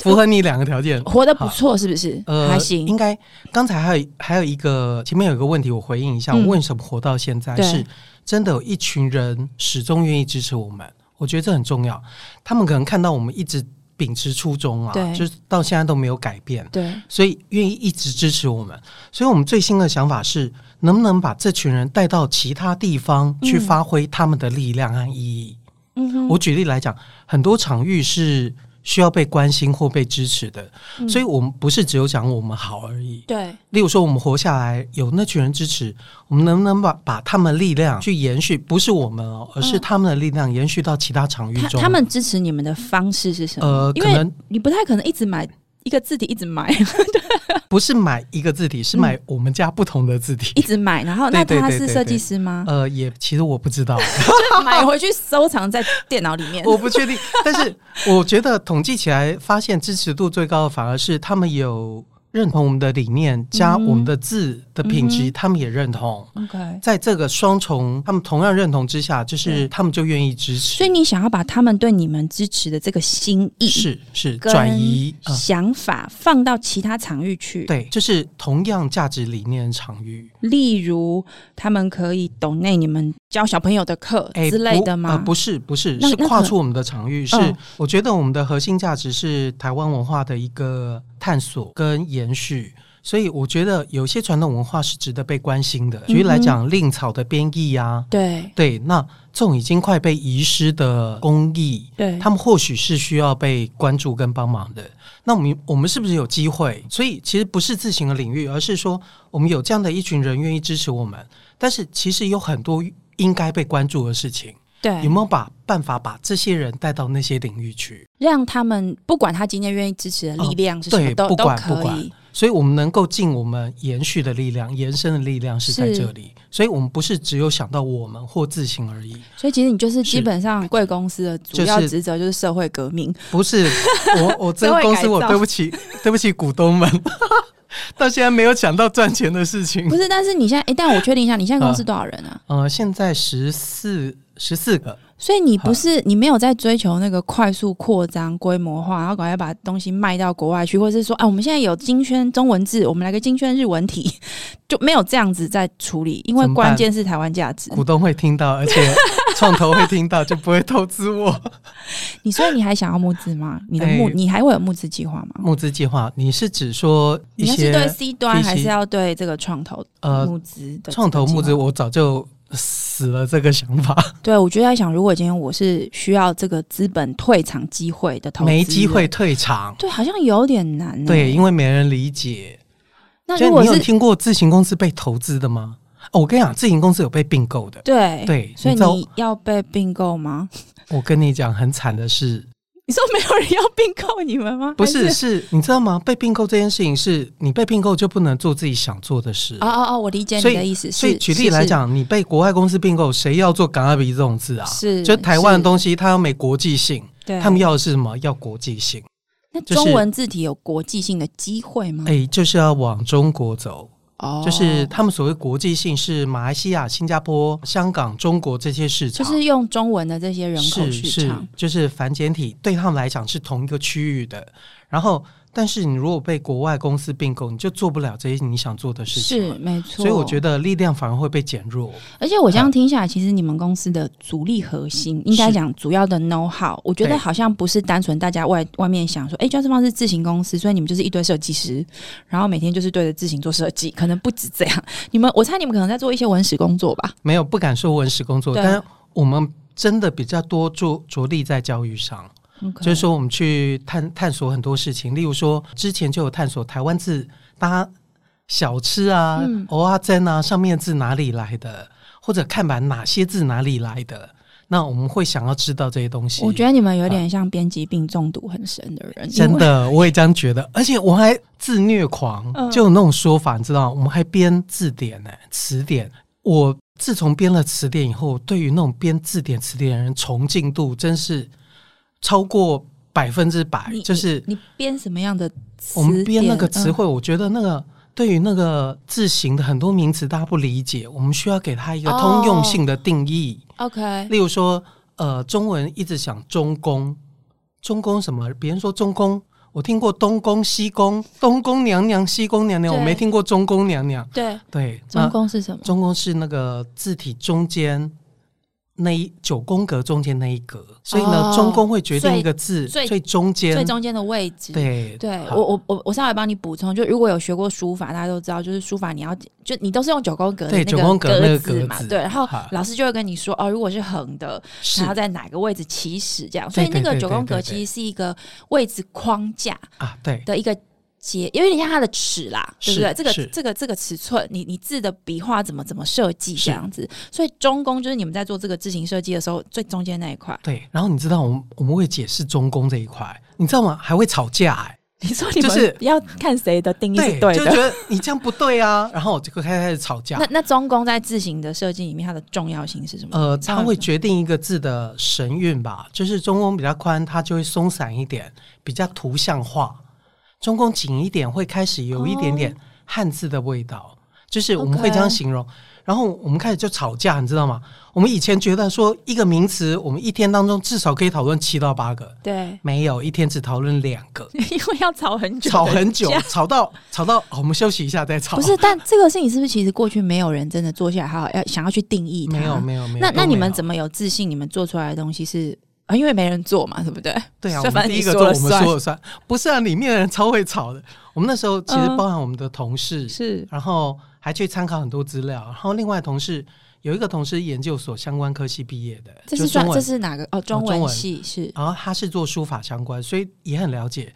符合你两个条件。
活得不错，是不是？
呃，
还行
应。该刚才还有还有一个前面有一个问题，我回应一下，
嗯
为什么活到现在
对
是真的有一群人始终愿意支持我们，我觉得这很重要。他们可能看到我们一直秉持初衷啊
对，
就是到现在都没有改变，
对，
所以愿意一直支持我们。所以我们最新的想法是，能不能把这群人带到其他地方去
嗯
发挥他们的力量和意义？
嗯哼
我举例来讲，很多场域是需要被关心或被支持的，
嗯
所以我们不是只有讲我们好而已。
对
例如说，我们活下来有那群人支持，我们能不能把把他们力量去延续？不是我们哦，而是他们的力量延续到其他场域
他嗯
中。
他们支持你们的方式是什么？
呃，
因
可
为
能
你不太可能一直买一个字体，一直买，
不是买一个字体，是买我们家不同的字
嗯一
体。
直买。然后，
对
那
对
他
对
是
对
设计
对
师吗？
呃，也其实我不 知道，
买回去收藏在电脑里面。
我不确定。但是我觉得统计起来，发现支持度最高的反而是他们有认同我们的理念，加我们的字的品
嗯
质，
嗯哼
他们也认同。
OK，
在这个双重他们同样认同之下，就是他们就愿意支持。
所以你想要把他们对你们支持的这个心意、
是是
跟
转移啊、呃
想法放到其他场域去，，
对，就是同样价值理念的场域
例如他们可以懂内你们教小朋友的课
哎
之类的
不
吗？
呃，不是不是，
那
是
那可
跨出我们的场域。是、
嗯
我觉得我们的核心价值是台湾文化的一个探索跟延续。所以我觉得有些传统文化是值得被关心
嗯
的。举例来讲，令草的编译啊，
对
对，那这种已经快被遗失的工艺，
对，
他们或许是需要被关注跟帮忙的。那我们我们是不是有机会？所以其实不是自行的领域，而是说我们有这样的一群人愿意支持我们，但是其实有很多应该被关注的事情，有
对
没有把办法把这些人带到那些领域去？
让他们不管他今天愿意支持的力量是什么，
哦对
都
不
都
管
可
不管
以。
所以我们能够尽我们延续的力量、延伸的力量是在
是
这里。所以我们不是只有想到我们或自行而已，
所以其实你就是基
是
本上贵公司的主
就是嗯
要职责就是社会革命，
不是我我这
社
个
会
公司
改
我
造
对不起对不起股东们， 到现在没有想到赚钱的事情
不。
啊呃
是？但是你现在，哎、但我确定一下，你现在公司多少人啊？
呃，现在十四十四个，
所以你不是你没有在追求那个快速扩张、规模化，然后赶快把东西卖到国外去，或者是说，啊，我们现在有金圈中文字，我们来个金圈日文体，就没有这样子在处理，因为
怎么办
关键是台湾价值。
股东会听到，而且创投会听到，就不会投资我。
你所以你还想要募资吗？你的募，
哎
你还会有募资计划吗？
募资计划，你是指说一
你要是
些
对 C 端，
一些
还是要对这个创投
呃
募资的
创投募
这个
资？
计划？
我早就死了这个想法，
对，我就在想，如果今天我是需要这个资本退场机会 的投资，
没机会，退场。
对，好像有点难、欸。
对，因为没人理解。
那
就
如
是
果
你有
是
听过自行公司被投资的吗？哦，我跟你讲，自行公司有被并购的。
对，
对，
所以
你知道
你要被并购吗？
我跟你讲，很惨的是，
你说没有人要并购你们吗？
不
还
是是，你知道吗？被并购这件事情是，你被并购就不能做自己想做的事。
哦哦哦，我理解你的意思。
所以
是
举例来，讲，你被国外公司并购，谁要做港阿比这种字啊？
是是
就台湾的
是
东西，它要没国际性，
对
他们要的是什么？要国际性，
那
就是
中文字体有国际性的机会吗？
哎，就是要往中国走。
哦，
就是他们所谓国际性是马来西亚、新加坡、香港、中国这些市
就
场，
是用中文的这些人口
是
市
是
场，
就是繁简体对他们来讲是同一个区域的。然后，但是你如果被国外公司并购，你就做不了这些你想做的事情
是
了。
没错。
所以我觉得力量反而会被减弱。
而且我这样听下来，其实你们公司的主力核心，应该
嗯是
讲主要的 know how，我觉得
对
好像不是单纯大家外外面想说，哎、焦志芳是自行公司，所以你们就是一堆设计师，然后每天就是对着自行做设计，可能不止这样。 你们，我猜你们可能在做一些文史工作吧？
没有不敢说文史工作，
对
但我们真的比较多着着力在教育上，就是说我们去探探索很多事情，例如说之前就有探索台湾字，大家小吃啊、
嗯
蚵仔煎啊上面字哪里来的，或者看板哪些字哪里来的，那我们会想要知道这些东西。
我觉得你们有点像编辑病中毒很深的人，因
啊真
为
的，我也这样觉得，而且我还自虐狂，
嗯
就有那种说法，你知道，我们还编字典呢、词典。我自从编了词典以后，对于那种编字典、词典的人崇敬度真是超过百分之百
你。
就是
你编什么样的词
我
典？
们编那个词
嗯
汇，我觉得那个对于那个字形的很多名词，大家不理解，我们需要给它一个通
哦
用性的定义。
，OK，
例如说，呃，中文一直想中宫，中宫什么？别人说中宫，我听过东宫、西宫，东宫娘娘、西宫娘娘，
对
我没听过中宫娘娘。
对，
对，
中宫是什么
那？中宫是那个字体中间那一九宫格中间那一格，所以呢，
哦
中宫会决定
最
一个字
最
最中间，
最中间的位置，
对
对
好
我我我我稍微帮你补充，就如果有学过书法，大家都知道，就是书法你要就你都是用九宫格的
对
那
九宫格那
格
个
子嘛
格，子
对，然后
好
老师就会跟你说哦，如果是横的，
是
然后在哪个位置起始这样，所以那
对对
个
对
九宫
对
格
对对
其实是一个位置框架
啊，对
的一个。结有点像它的尺啦，对不
是
对？这个
是
这个这个尺寸，你你字的笔画怎么怎么设计
是
这样子，所以中宫就是你们在做这个字形设计的时候最中间那一块。
对。然后你知道，我们我们会解释中宫这一块，你知道吗？还会吵架哎、
你说你们
就是
要看谁的定义是
对，
对
就
的
觉，得你这样不对啊，然后我就开开始吵架
那。那中宫在字形的设计里面，它的重要性是什么？
呃，
你知道
它会
吗
决定一个字的神韵吧，就是中宫比较宽，它就会松散一点，比较图像化；中宫紧一点，会开始有一点点汉字的味道，就是我们会这样
哦 OK
形容。然后我们开始就吵架，你知道吗？我们以前觉得说一个名词，我们一天当中至少可以讨论七到八个，
对，，
没有一天只讨论两个
因为要吵很久，
吵 很久
架，
吵到吵到、哦我们休息一下再吵。
不是，但这个事情是不是其实过去没有人真的坐下来，好好要想要去定义它？
没有没有没有。
那那你们
么？
怎么有自信？你们做出来的东西是啊，因为没人做嘛，对不对？
对啊，
所
我
以反正
们第
你
一个做
说了
我们
算
说了算，不是啊，里面的人超会吵的。我们那时候其实
嗯
包含我们的同事，
是
然后还去参考很多资料，然后另外同事有一个同事研究所相关科系毕业的，
这
就是
算
中文
这是哪个？哦，中
中
文
文
系是
然后他是做书法相关，所以也很了解，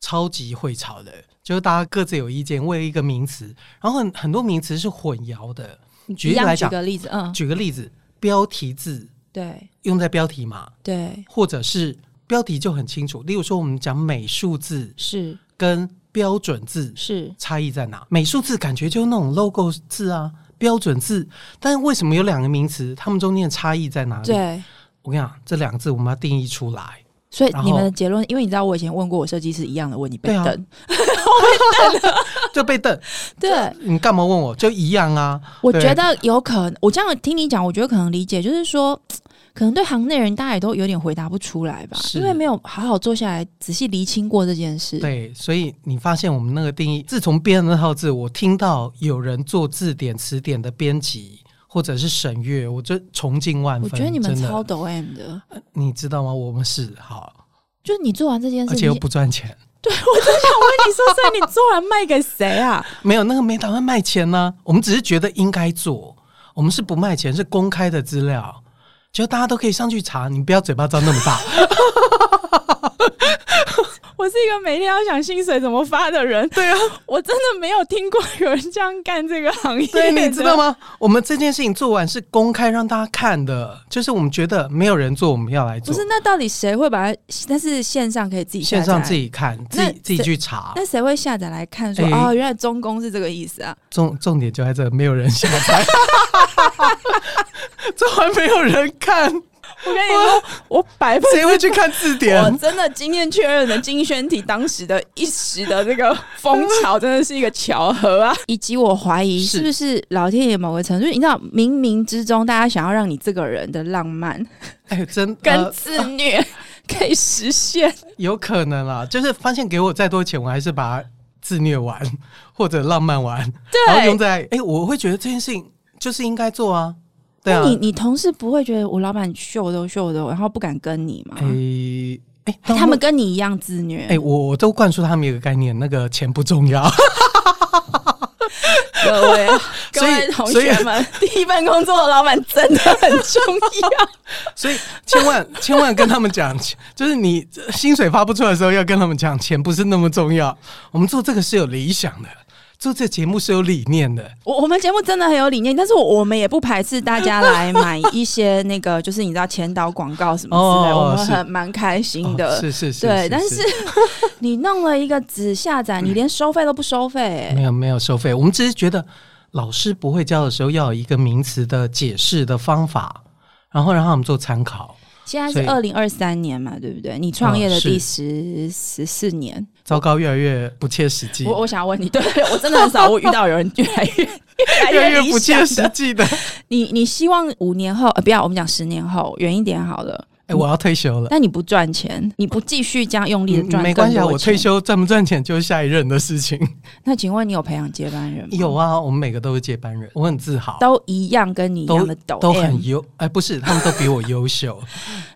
超级会吵的，就是大家各自有意见，为了一个名词，然后很很多名词是混淆的。举
一
例
样
来
举
讲
个例子，嗯，
举个例子，标题字
对
用在标题嘛，
对
或者是标题就很清楚，例如说我们讲美术字
是
跟标准字
是
差异在哪？美术字感觉就那种 logo 字啊，标准字，但为什么有两个名词，它们中间的差异在哪里？
对。
我跟你讲，这两个字我们要定义出来。
所以
然
你们的
后
结论，因为你知道我以前问过我设计师一样的问题，被
对啊
等。
就被瞪，
对，
你干嘛问我？就一样啊。
我
对
觉得有可能，我这样听你讲，我觉得可能理解，就是说，可能对行内人大家也都有点回答不出来吧，
是
因为没有好好坐下来仔细厘清过这件事。，
对，所以你发现我们那个定义，自从编了那套字，我听到有人做字典词典的编辑或者是审阅，我就崇敬万
我
分。
觉得你们
真的
超抖 M 的，
你知道吗？我们是好，
就是你做完这件事，
而
你
且又不赚钱，
那你说，所以你做完卖给谁 啊？
没有那个没打算卖钱呢、我们只是觉得应该做，我们是不卖钱，是公开的资料，就大家都可以上去查。你不要嘴巴张那么 大，
我是一个每天要想薪水怎么发的人。对啊，我真的没有听过有人这样干这个行业。
对，你知道？吗？我们这件事情做完是公开让大家看的，就是我们觉得没有人做，我们要来
不
做
是，，那到底谁会把它？但是线上可以自己下载
线上自。己看，自
那
己自己
谁
去查。
那谁会下载来看说？
哎
哦，原来中公是这个意思啊！
重重点就在这，没有人下载， 这还没有人看，
我跟你说，我百分
谁会去看字
我
典？
真的今天确认了金宣体当时的一时的这个风潮，真的是一个巧合啊！以及我怀疑
是
是不是老天爷某个程度，你知道，冥冥之中大家想要让你这个人的浪漫
哎、真
跟
呃
自虐、 可以实现。
有可能啦，就是发现给我再多钱，我还是把它自虐完 或者浪漫完，然后用在哎、我会觉得这件事情就是应该做啊，对啊
那，你你同事不会觉得我老板秀都秀的，然后不敢跟你吗？
哎哎、但
他
我
们跟你一样自虐，
哎、我我都灌输他们一个概念，那个钱不重要，
各位啊各
所以
位同
所以
学们，第一份工作的老板真的很重要。
所以千 万千万跟他们讲，就是你薪水发不出来的时候，要跟他们讲，钱不是那么重要。我们做这个是有理想的，做这节目是有理念的。
我我们节目真的很有理念，但是我我们也不排斥大家 来买一些那个，就是你知道前导广告什么之类，
哦
我们
是
很蛮开心的。
哦是是是， 嗯
对，但是 你弄了一个只下载，你连收费都不收费、欸
没有没有收费，我们只是觉得老师不会教的时候，要有一个名词的解释的方法，然后让他们做参考。
现在
所
是
以
二零二三年嘛，对不对？你创业
哦
的
是
第十十四年，
糟糕，越来越不切实际，
我我想要问你，对我真的很少，我遇到有人越来越越来
越来
越
越
理
不
想
切实
的。
际的。
你你希望五年后，呃，不要，我们讲十年后，远一点好了。
哎、我要退休了。
但你不赚钱，嗯你不继续这样用力的赚、
没关系啊，
更多
我退
钱
休赚不赚钱就是下一任的事 情。
那请问你有培养接班人吗？
有，啊，我们每个都是接班人，我很自豪，
都一样跟你一样的抖
都
M
很优。哎，不是，他们都比我优秀。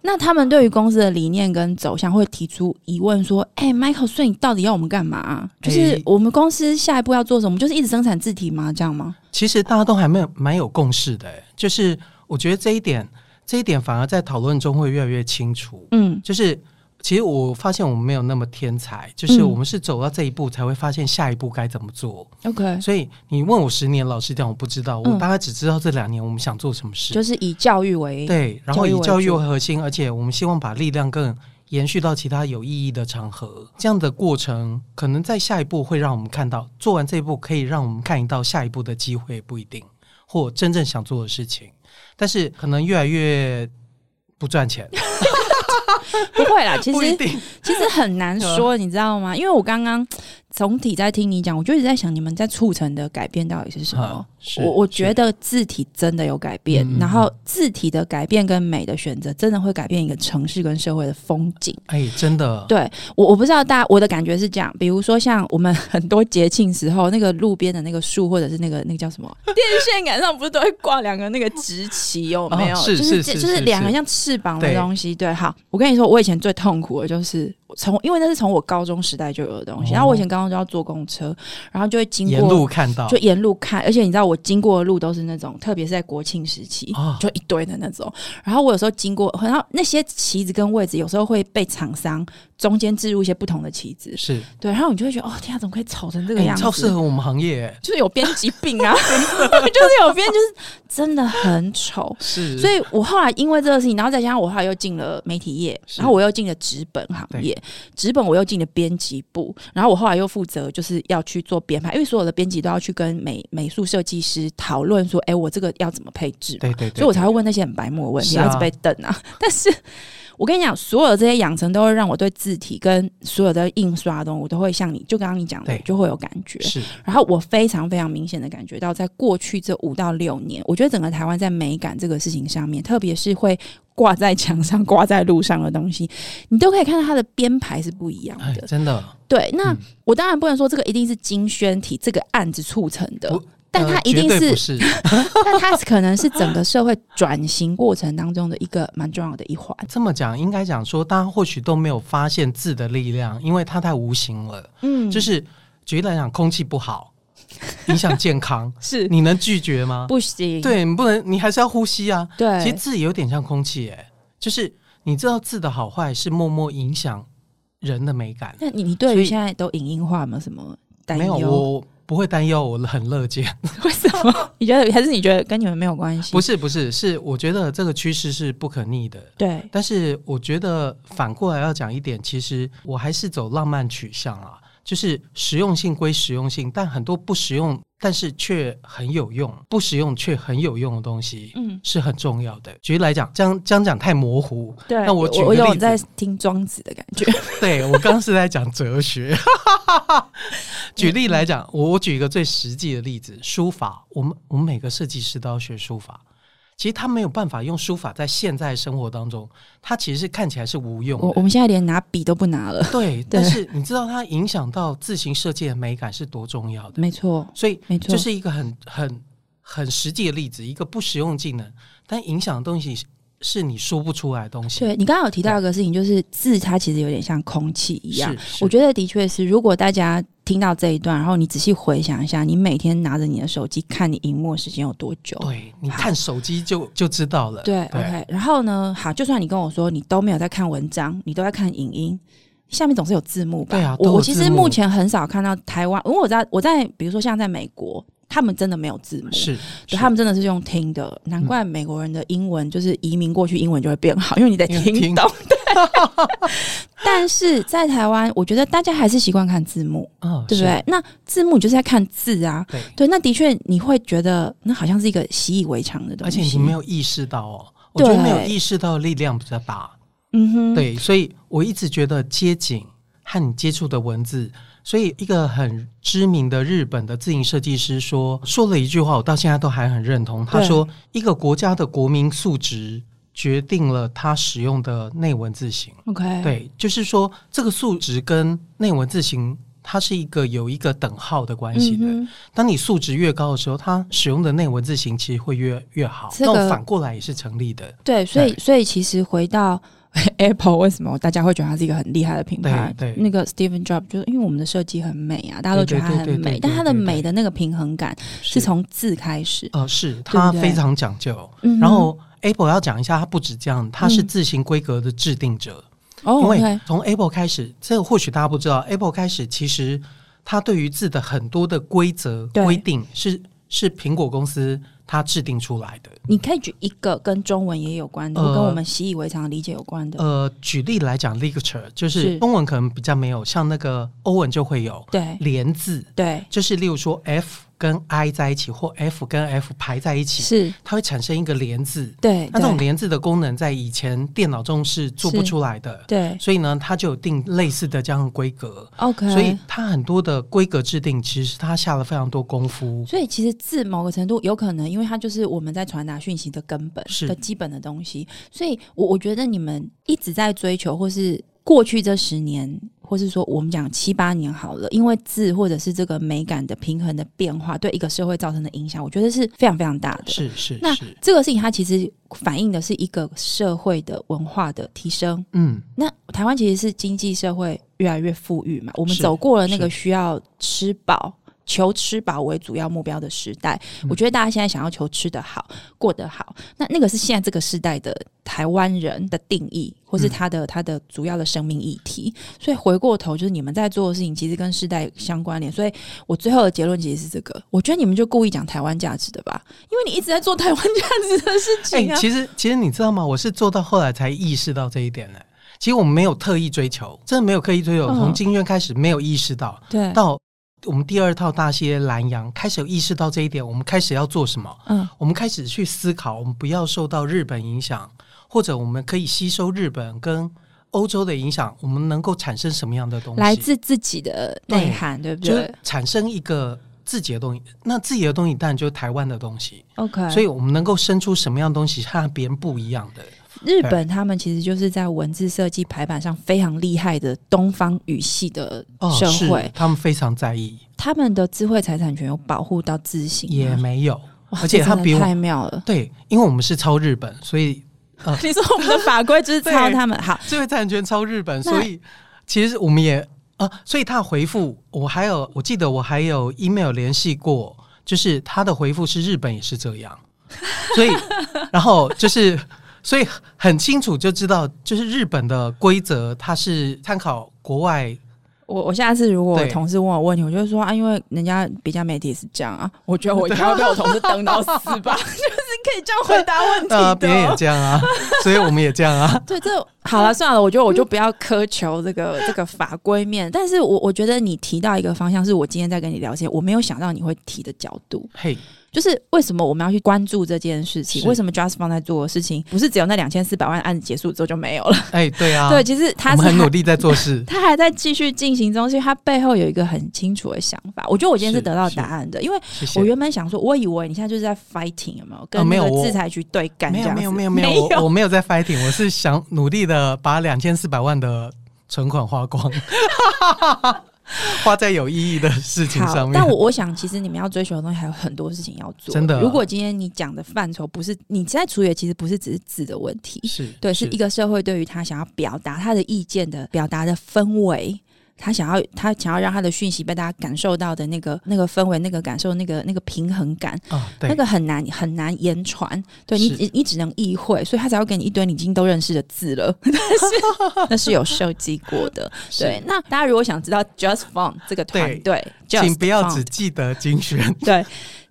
那他们对于公司的理念跟走向会提出疑问，说：“哎、m i c h a e l 所以你到底要我们干嘛、就是
哎
我们公司下一步要做什么？就是一直生产字体吗？这样吗？
其实大家都还没有蛮有共识的、哎就是我觉得这一点，这一点反而在讨论中会越来越清楚。
嗯，
就是其实我发现我们没有那么天才，就是
嗯
我们是走到这一步才会发现下一步该怎么做。
OK，
所以你问我十年，老实讲我不知道，
嗯
我大概只知道这两年我们想做什么事。
就是以教育为
对，然后
教育
以
为
教育
主
为核心，而且我们希望把力量更延续到其他有意义的场合。这样的过程，可能在下一步会让我们看到，做完这一步可以让我们看到下一步的机会，不一定或真正想做的事情，但是可能越来越不赚钱，
不会啦。其
不一
实
定。
其实很难说，你知道吗？因为我刚刚总体在听你讲，我就一直在想，你们在促成的改变到底是什么？
啊是
我我觉
是
得字体真的有改变，
嗯嗯嗯
然后字体的改变跟美的选择，真的会改变一个城市跟社会的风景。
哎，真的，
对我，我不知道大家我的感觉是这样，比如说 像我们很多节庆时候，那个路边的那个树，或者是那个那个叫什么电线杆上，不是都会挂两个那个直旗，有没有？
哦是
就是
是
就是
是
两个
是
像翅膀的
对
东西。对，好，我跟你说，我以前最痛苦的就是从，因为那是从我高中时代就有的东西，然后我以前高中就要坐公车，然后就会经
哦沿
过
路看到
就沿路看，而且你知道我经过的路都是那种，特别是在国庆时期，
啊
就一堆的那种。然后我有时候经过，然后那些旗子跟位置有时候会被厂商中间置入一些不同的旗子，
是
对，然后你就会觉得哦天啊，怎么可以丑成这
这
个样子？
哎超适合我们行业，哎
就是有编辑病啊， 就是有编，就是真的很丑。
是，
所以我后来因为这个事情，然后再加上我后来又进了媒体业，
是
然后我又进了纸本行业，纸本我又进了编辑部，然后我后来又负责就是要去做编排，因为所有的编辑都要去跟美美术设计师讨论说，哎、我这个要怎么配置嘛，
对对对，
所以我才会问那些很白目的问题，
是啊
然后一直被瞪啊。但是我跟你讲，所有的这些养成都会让我对字体跟所有的印刷的东西，我都会像你就刚刚你讲的
对，
就会有感觉。
是
然后我非常非常明显的感觉到，在过去这五到六年，我觉得整个台湾在美感这个事情上面，特别是会挂在墙上、 挂在路上的东西，你都可以看到它的编排是不一样
哎，
的。
真的，
对，那、
嗯
我当然不能说这个一定是金宣体这个案子促成的
不，
但它
呃
一定
绝对不
是，
是
但它可能是整个社会转型过程当中的一个蛮重要的一环。
这么讲，应该讲说，大家或许都没有发现字的力量，因为它太无形了。
嗯，
就是举例来讲，空气 不好，影响健康，
是
你能拒绝吗？
不行，
对你不能，你还是要呼吸啊。
对，
其实字有点像空气、哎，就是你知道字的好坏是默默影响人的美感。
那你你对
所
于
以
现在都影音化有没有什么担
没有，
忧？
我不会担忧，我很乐见。
为什么？你觉得还是你觉得跟你们没有关系？
不
是，
是不是，是我觉得这个趋势是不可逆的。
对，
但是我觉得反过来要讲一点，其实我还是走浪漫取向啊，就是实用性归实用性，但很多不实用，但是却很有用，不实用却很有用的东西。
嗯，
是很重要的。举例来讲，这样这样讲太模糊，
对。
那我举
我
个例
有
子
在听庄子的感觉，
对我刚刚是在讲哲学。 举例来讲，我我举一个最实际的例子，书法。我们我们每个设计师都要学书法，其实他没有办法用书法在现在生活当中，它其实是看起来是无用
我我
的。
们现在连拿笔都不拿了，
对，但是你知道它影响到自行设计的美感是多重要的，
没错，
所以
没错，
这是一个很很很实际的例子，一个不实用技能，但影响的东西是是你说不出来的东西。
对你刚刚有提到一个事情，就是字它其实有点像空气一样。
是是
我觉得的确是，如果大家听到这一段，然后你仔细回想一下，你每天拿着你的手机看你荧幕的时间有多久？
对，你看手机就就知道了。
对 o k 然后呢，好，就算你跟我说你都没有在看文章，你都在看影音，下面总是有字幕吧？
对啊都
我
有
我其
字
实
幕
目前很少看到台湾，因为我在我在比如说像在美国，他们真的没有字幕，
是，
对
是
他们真的是用听的，难怪美国人的英文就是移民过去，英文就会变好，因为你得
因为
听
听
懂。对，但是在台湾，我觉得大家还是习惯看字幕，
嗯，
对不
是？
对？那字幕你就是在看字啊，
对，
对，那的确你会觉得那好像是一个习以为常的东
而
西，
且你没有意识到哦，我觉得没有
对
意识到的力量比较大。
嗯哼，
对，所以我一直觉得街景和你接触的文字，所以一个很知名的日本的自营设计师说说了一句话，我到现在都还很认同。他
对
说，一个国家的国民素质决定了他使用的内文字形。
，OK，，嗯
对，就是说这个素质跟内文字形，它是一个有一个等号的关系的。
嗯哼
当你素质越高的时候，它使用的内文字形其实会越越好。
这个
那我反过来也是成立的。
对，所以
对
所以其实回到 Apple，为什么大家会觉得它是一个很厉害的品牌？
对对
那个 Steven Jobs 就是因为我们的设计很美啊，大家都觉得它很
对对对对
美，
对
但它的
对对
美的那个平衡感是从字开始。
呃，是它
对
非常讲究。
嗯哼嗯
然后 Apple 要讲一下，它不止这样，它是字形规格的制定者。
哦
因为
，OK，
从 Apple 开始，这个或许大家不知道，Apple 开始其实它对于字的很多的规则
对
规定是是苹果公司它制定出来的。
你可以举一个跟中文也有关的，
呃
跟我们习以为常的理解有关的。
呃，举例来讲，lecture 就是
是
中文可能比较没有，像那个欧文就会有
对
连字，
对，
就是例如说 F 跟 I 在一起，或 F 跟 F 排在一起，
是，
它会产生一个连字。
对
那这种
对
连字的功能在以前电脑中是做不
是
出来的，
对
所以呢，它就有定类似的这样的规格。
，OK，
所以它很多的规格制定，其实它下了非常多功夫。
所以其实字某个程度有可能，因为它就是我们在传达讯息的根本
是
的基本的东西。所以我我觉得你们一直在追求，或是过去这十年，或是说我们讲七八年好了，因为字或者是这个美感的平衡的变化，对一个社会造成的影响，我觉得是非常非常大的。
是是
那
是，
这个事情它其实反映的是一个社会的文化的提升，
嗯，
那台湾其实是经济社会越来越富裕嘛，我们
是
走过了那个
是
需要吃饱、求吃饱为主要目标的时代。
嗯
我觉得大家现在想要求吃得好、过得好，那那个是现在这个时代的台湾人的定义，或是他
嗯
的、他的主要的生命议题。所以回过头，就是你们在做的事情其实跟世代相关联。所以我最后的结论其实是这个，我觉得你们就故意讲台湾价值的吧，因为你一直在做台湾价值的事
哎、
情啊。
其实其实你知道吗？我是做到后来才意识到这一点呢、其实我们没有特意追求，真的没有刻意追求。
嗯
从金院开始没有意识到，
对，
到我们第二套大蝎蓝羊开始有意识到这一点，我们开始要做什么？
嗯，
我们开始去思考，我们不要受到日本影响，或者我们可以吸收日本跟欧洲的影响，我们能够产生什么样的东西？
来自自己的内
对
涵，对不
就是
对
产生一个自己的东西。那自己的东西当然就是台湾的东西，
？OK，
所以我们能够生出什么样的东西是和别人不一样的。
日本他们其实就是在文字设计排版上非常厉害的东方语系的社
哦是
会，
他们非常在意，
他们的智慧财产权有保护到自行吗，
也没有，
嗯哇
而且
这
他
真的
比我。
太妙了
对，因为我们是抄日本，所以
你说我们的法规就是抄他们， 好，
智慧财产权超日本，
那
所以其实我们也啊，所以他的回复我还有，我记得我还有 email 联系过，就是他的回复是日本也是这 样，所以然后就是所以很清楚就知道，就是日本的规则它是参考国 外，
我我下次如果我
对
同事问我问题，我就会说啊，因为人家比较媒体是这样啊，我觉得我应该会被我同事瞪到死吧， 就是可以这样回答问 题的
呃，
哦。
别人也这样啊，所以我们也这样啊，
对，这好了算了，我觉得我就不要苛求这个 这个法规面，但是我我觉得你提到一个方向，是我今天在跟你聊天，我没有想到你会提的角度，
嘿，
就是为什么我们要去关注这件事情？
是
为什么 Just Fund 在做的事情，不是只有那两千四百万案子结束之后就没有了？
哎，对啊，
对，其实他
我
是
们很
还，
努力在做事
他还在继续进行中，所以他背后有一个很清楚的想法。我觉得我今天是
是
得到
是
答案的，因为
谢谢
我。原本想说，我以为你现在就是在 fighting 有没有跟
没
那
有
个
我
制裁局对干这
没有
样
没有
子
没有没有，我我没有在 fighting，我是想努力的把两千四百万的存款花光， 花在有意义的事情上
好，
面。
但我我想，其实你们要追求的东西还有很多事情要做。
真的
如果今天你讲的范畴不是你在处理，其实不是只是字的问题，
是
对，是一个社会对于他想要表达他的意见的表达的氛围。他想要，他想要让他的讯息被大家感受到的那个那个氛围、那个感受、那个那个平衡感，
啊，对，
那个很难很难言传。对你
是
只，你只能意会，所以他才会给你一堆你已经都认识的字了。 但是那是有设计过的。
是
对，那大家如果想知道 Just Fun 这个团
对
队，
请不要
Just Fun
只记得精选
对。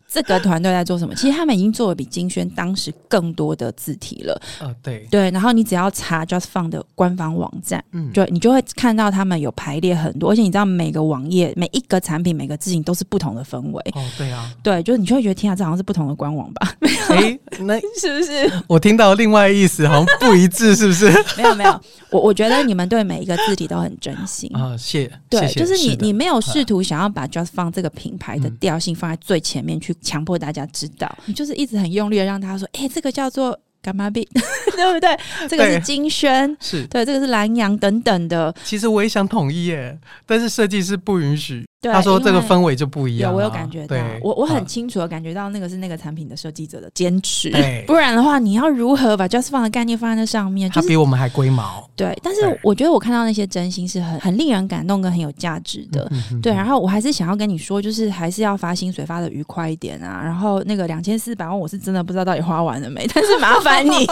这个团队在做什么？其实他们已经做了比金轩当时更多的字体了，
啊，对，
对。然后你只要查 Just Fun 的官方网站，
嗯，
就你就会看到他们有排列很多，而且你知道每个网页、每一个产品、每个字型都是不同的氛围，
哦，对啊，
对，就是你就会觉得天啊，这好像是不同的官网吧？
诶，那
是不是？
我听到另外意思好像不一致，是不是？
没有没有，我我觉得你们对每一个字体都很真心，
啊，谢，
对，
谢谢
就是你
的
你没有试图想要把 Just Fun 这个品牌的
嗯
调性放在最前面去强迫大家知道，你就是一直很用力的让大家说，哎、这个叫做干嘛币，对不对？这个是
对
金萱，
是，
对，这个是蓝洋等等的。
其实我也想统一耶，但是设计师不允许，
对
他说
因
这个
为
氛围就不一样
有，
啊，
我有感觉到
对，
我我很
啊
清楚的感觉到那个是那个产品的设计者的坚持
对，
不然的话，你要如何把 Just Fun 的概念放在那上面？就
他
是
比我们还龟毛，
对，但是
对
我觉得我看到那些真心是很很令人感动跟很有价值的。
嗯哼
对，
哼
然后我还是想要跟你说，就是还是要发薪水发的愉快一点啊。然后那个两千四百万，我是真的不知道到底花完了没， 但是麻烦 你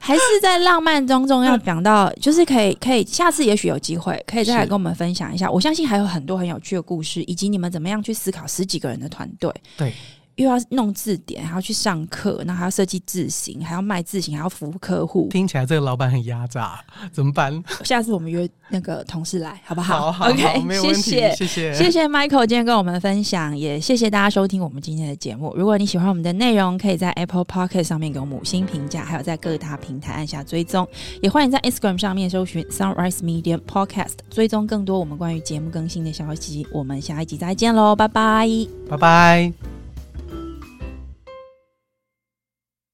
还是在浪漫当中要讲到，就是可以可以，下次也许有机会可以再来
是
跟我们分享一下。我相信还有很多很有趣的故事，以及你们怎么样去思考十几个人的团队。
对。
又要弄字典，还要去上课，然后还要设计字型，还要卖字型，还要服务客 户。
听起来这个老板很压榨，怎么办？
下次我们约那个同事来，好不好
好好
o k
没有
谢
问题，
谢。
谢谢，
谢谢 Michael 今天跟我们分享，也谢谢大家收听我们今天的节目。如果你喜欢我们的内容，可以在 Apple p o c k e t 上面给我们五星评价，还有在各大平台按下追踪。也欢迎在 Instagram 上面搜寻 Sunrise Media Podcast，追踪更多我们关于节目更新的消息。我们下一集再见喽，拜拜。
拜拜。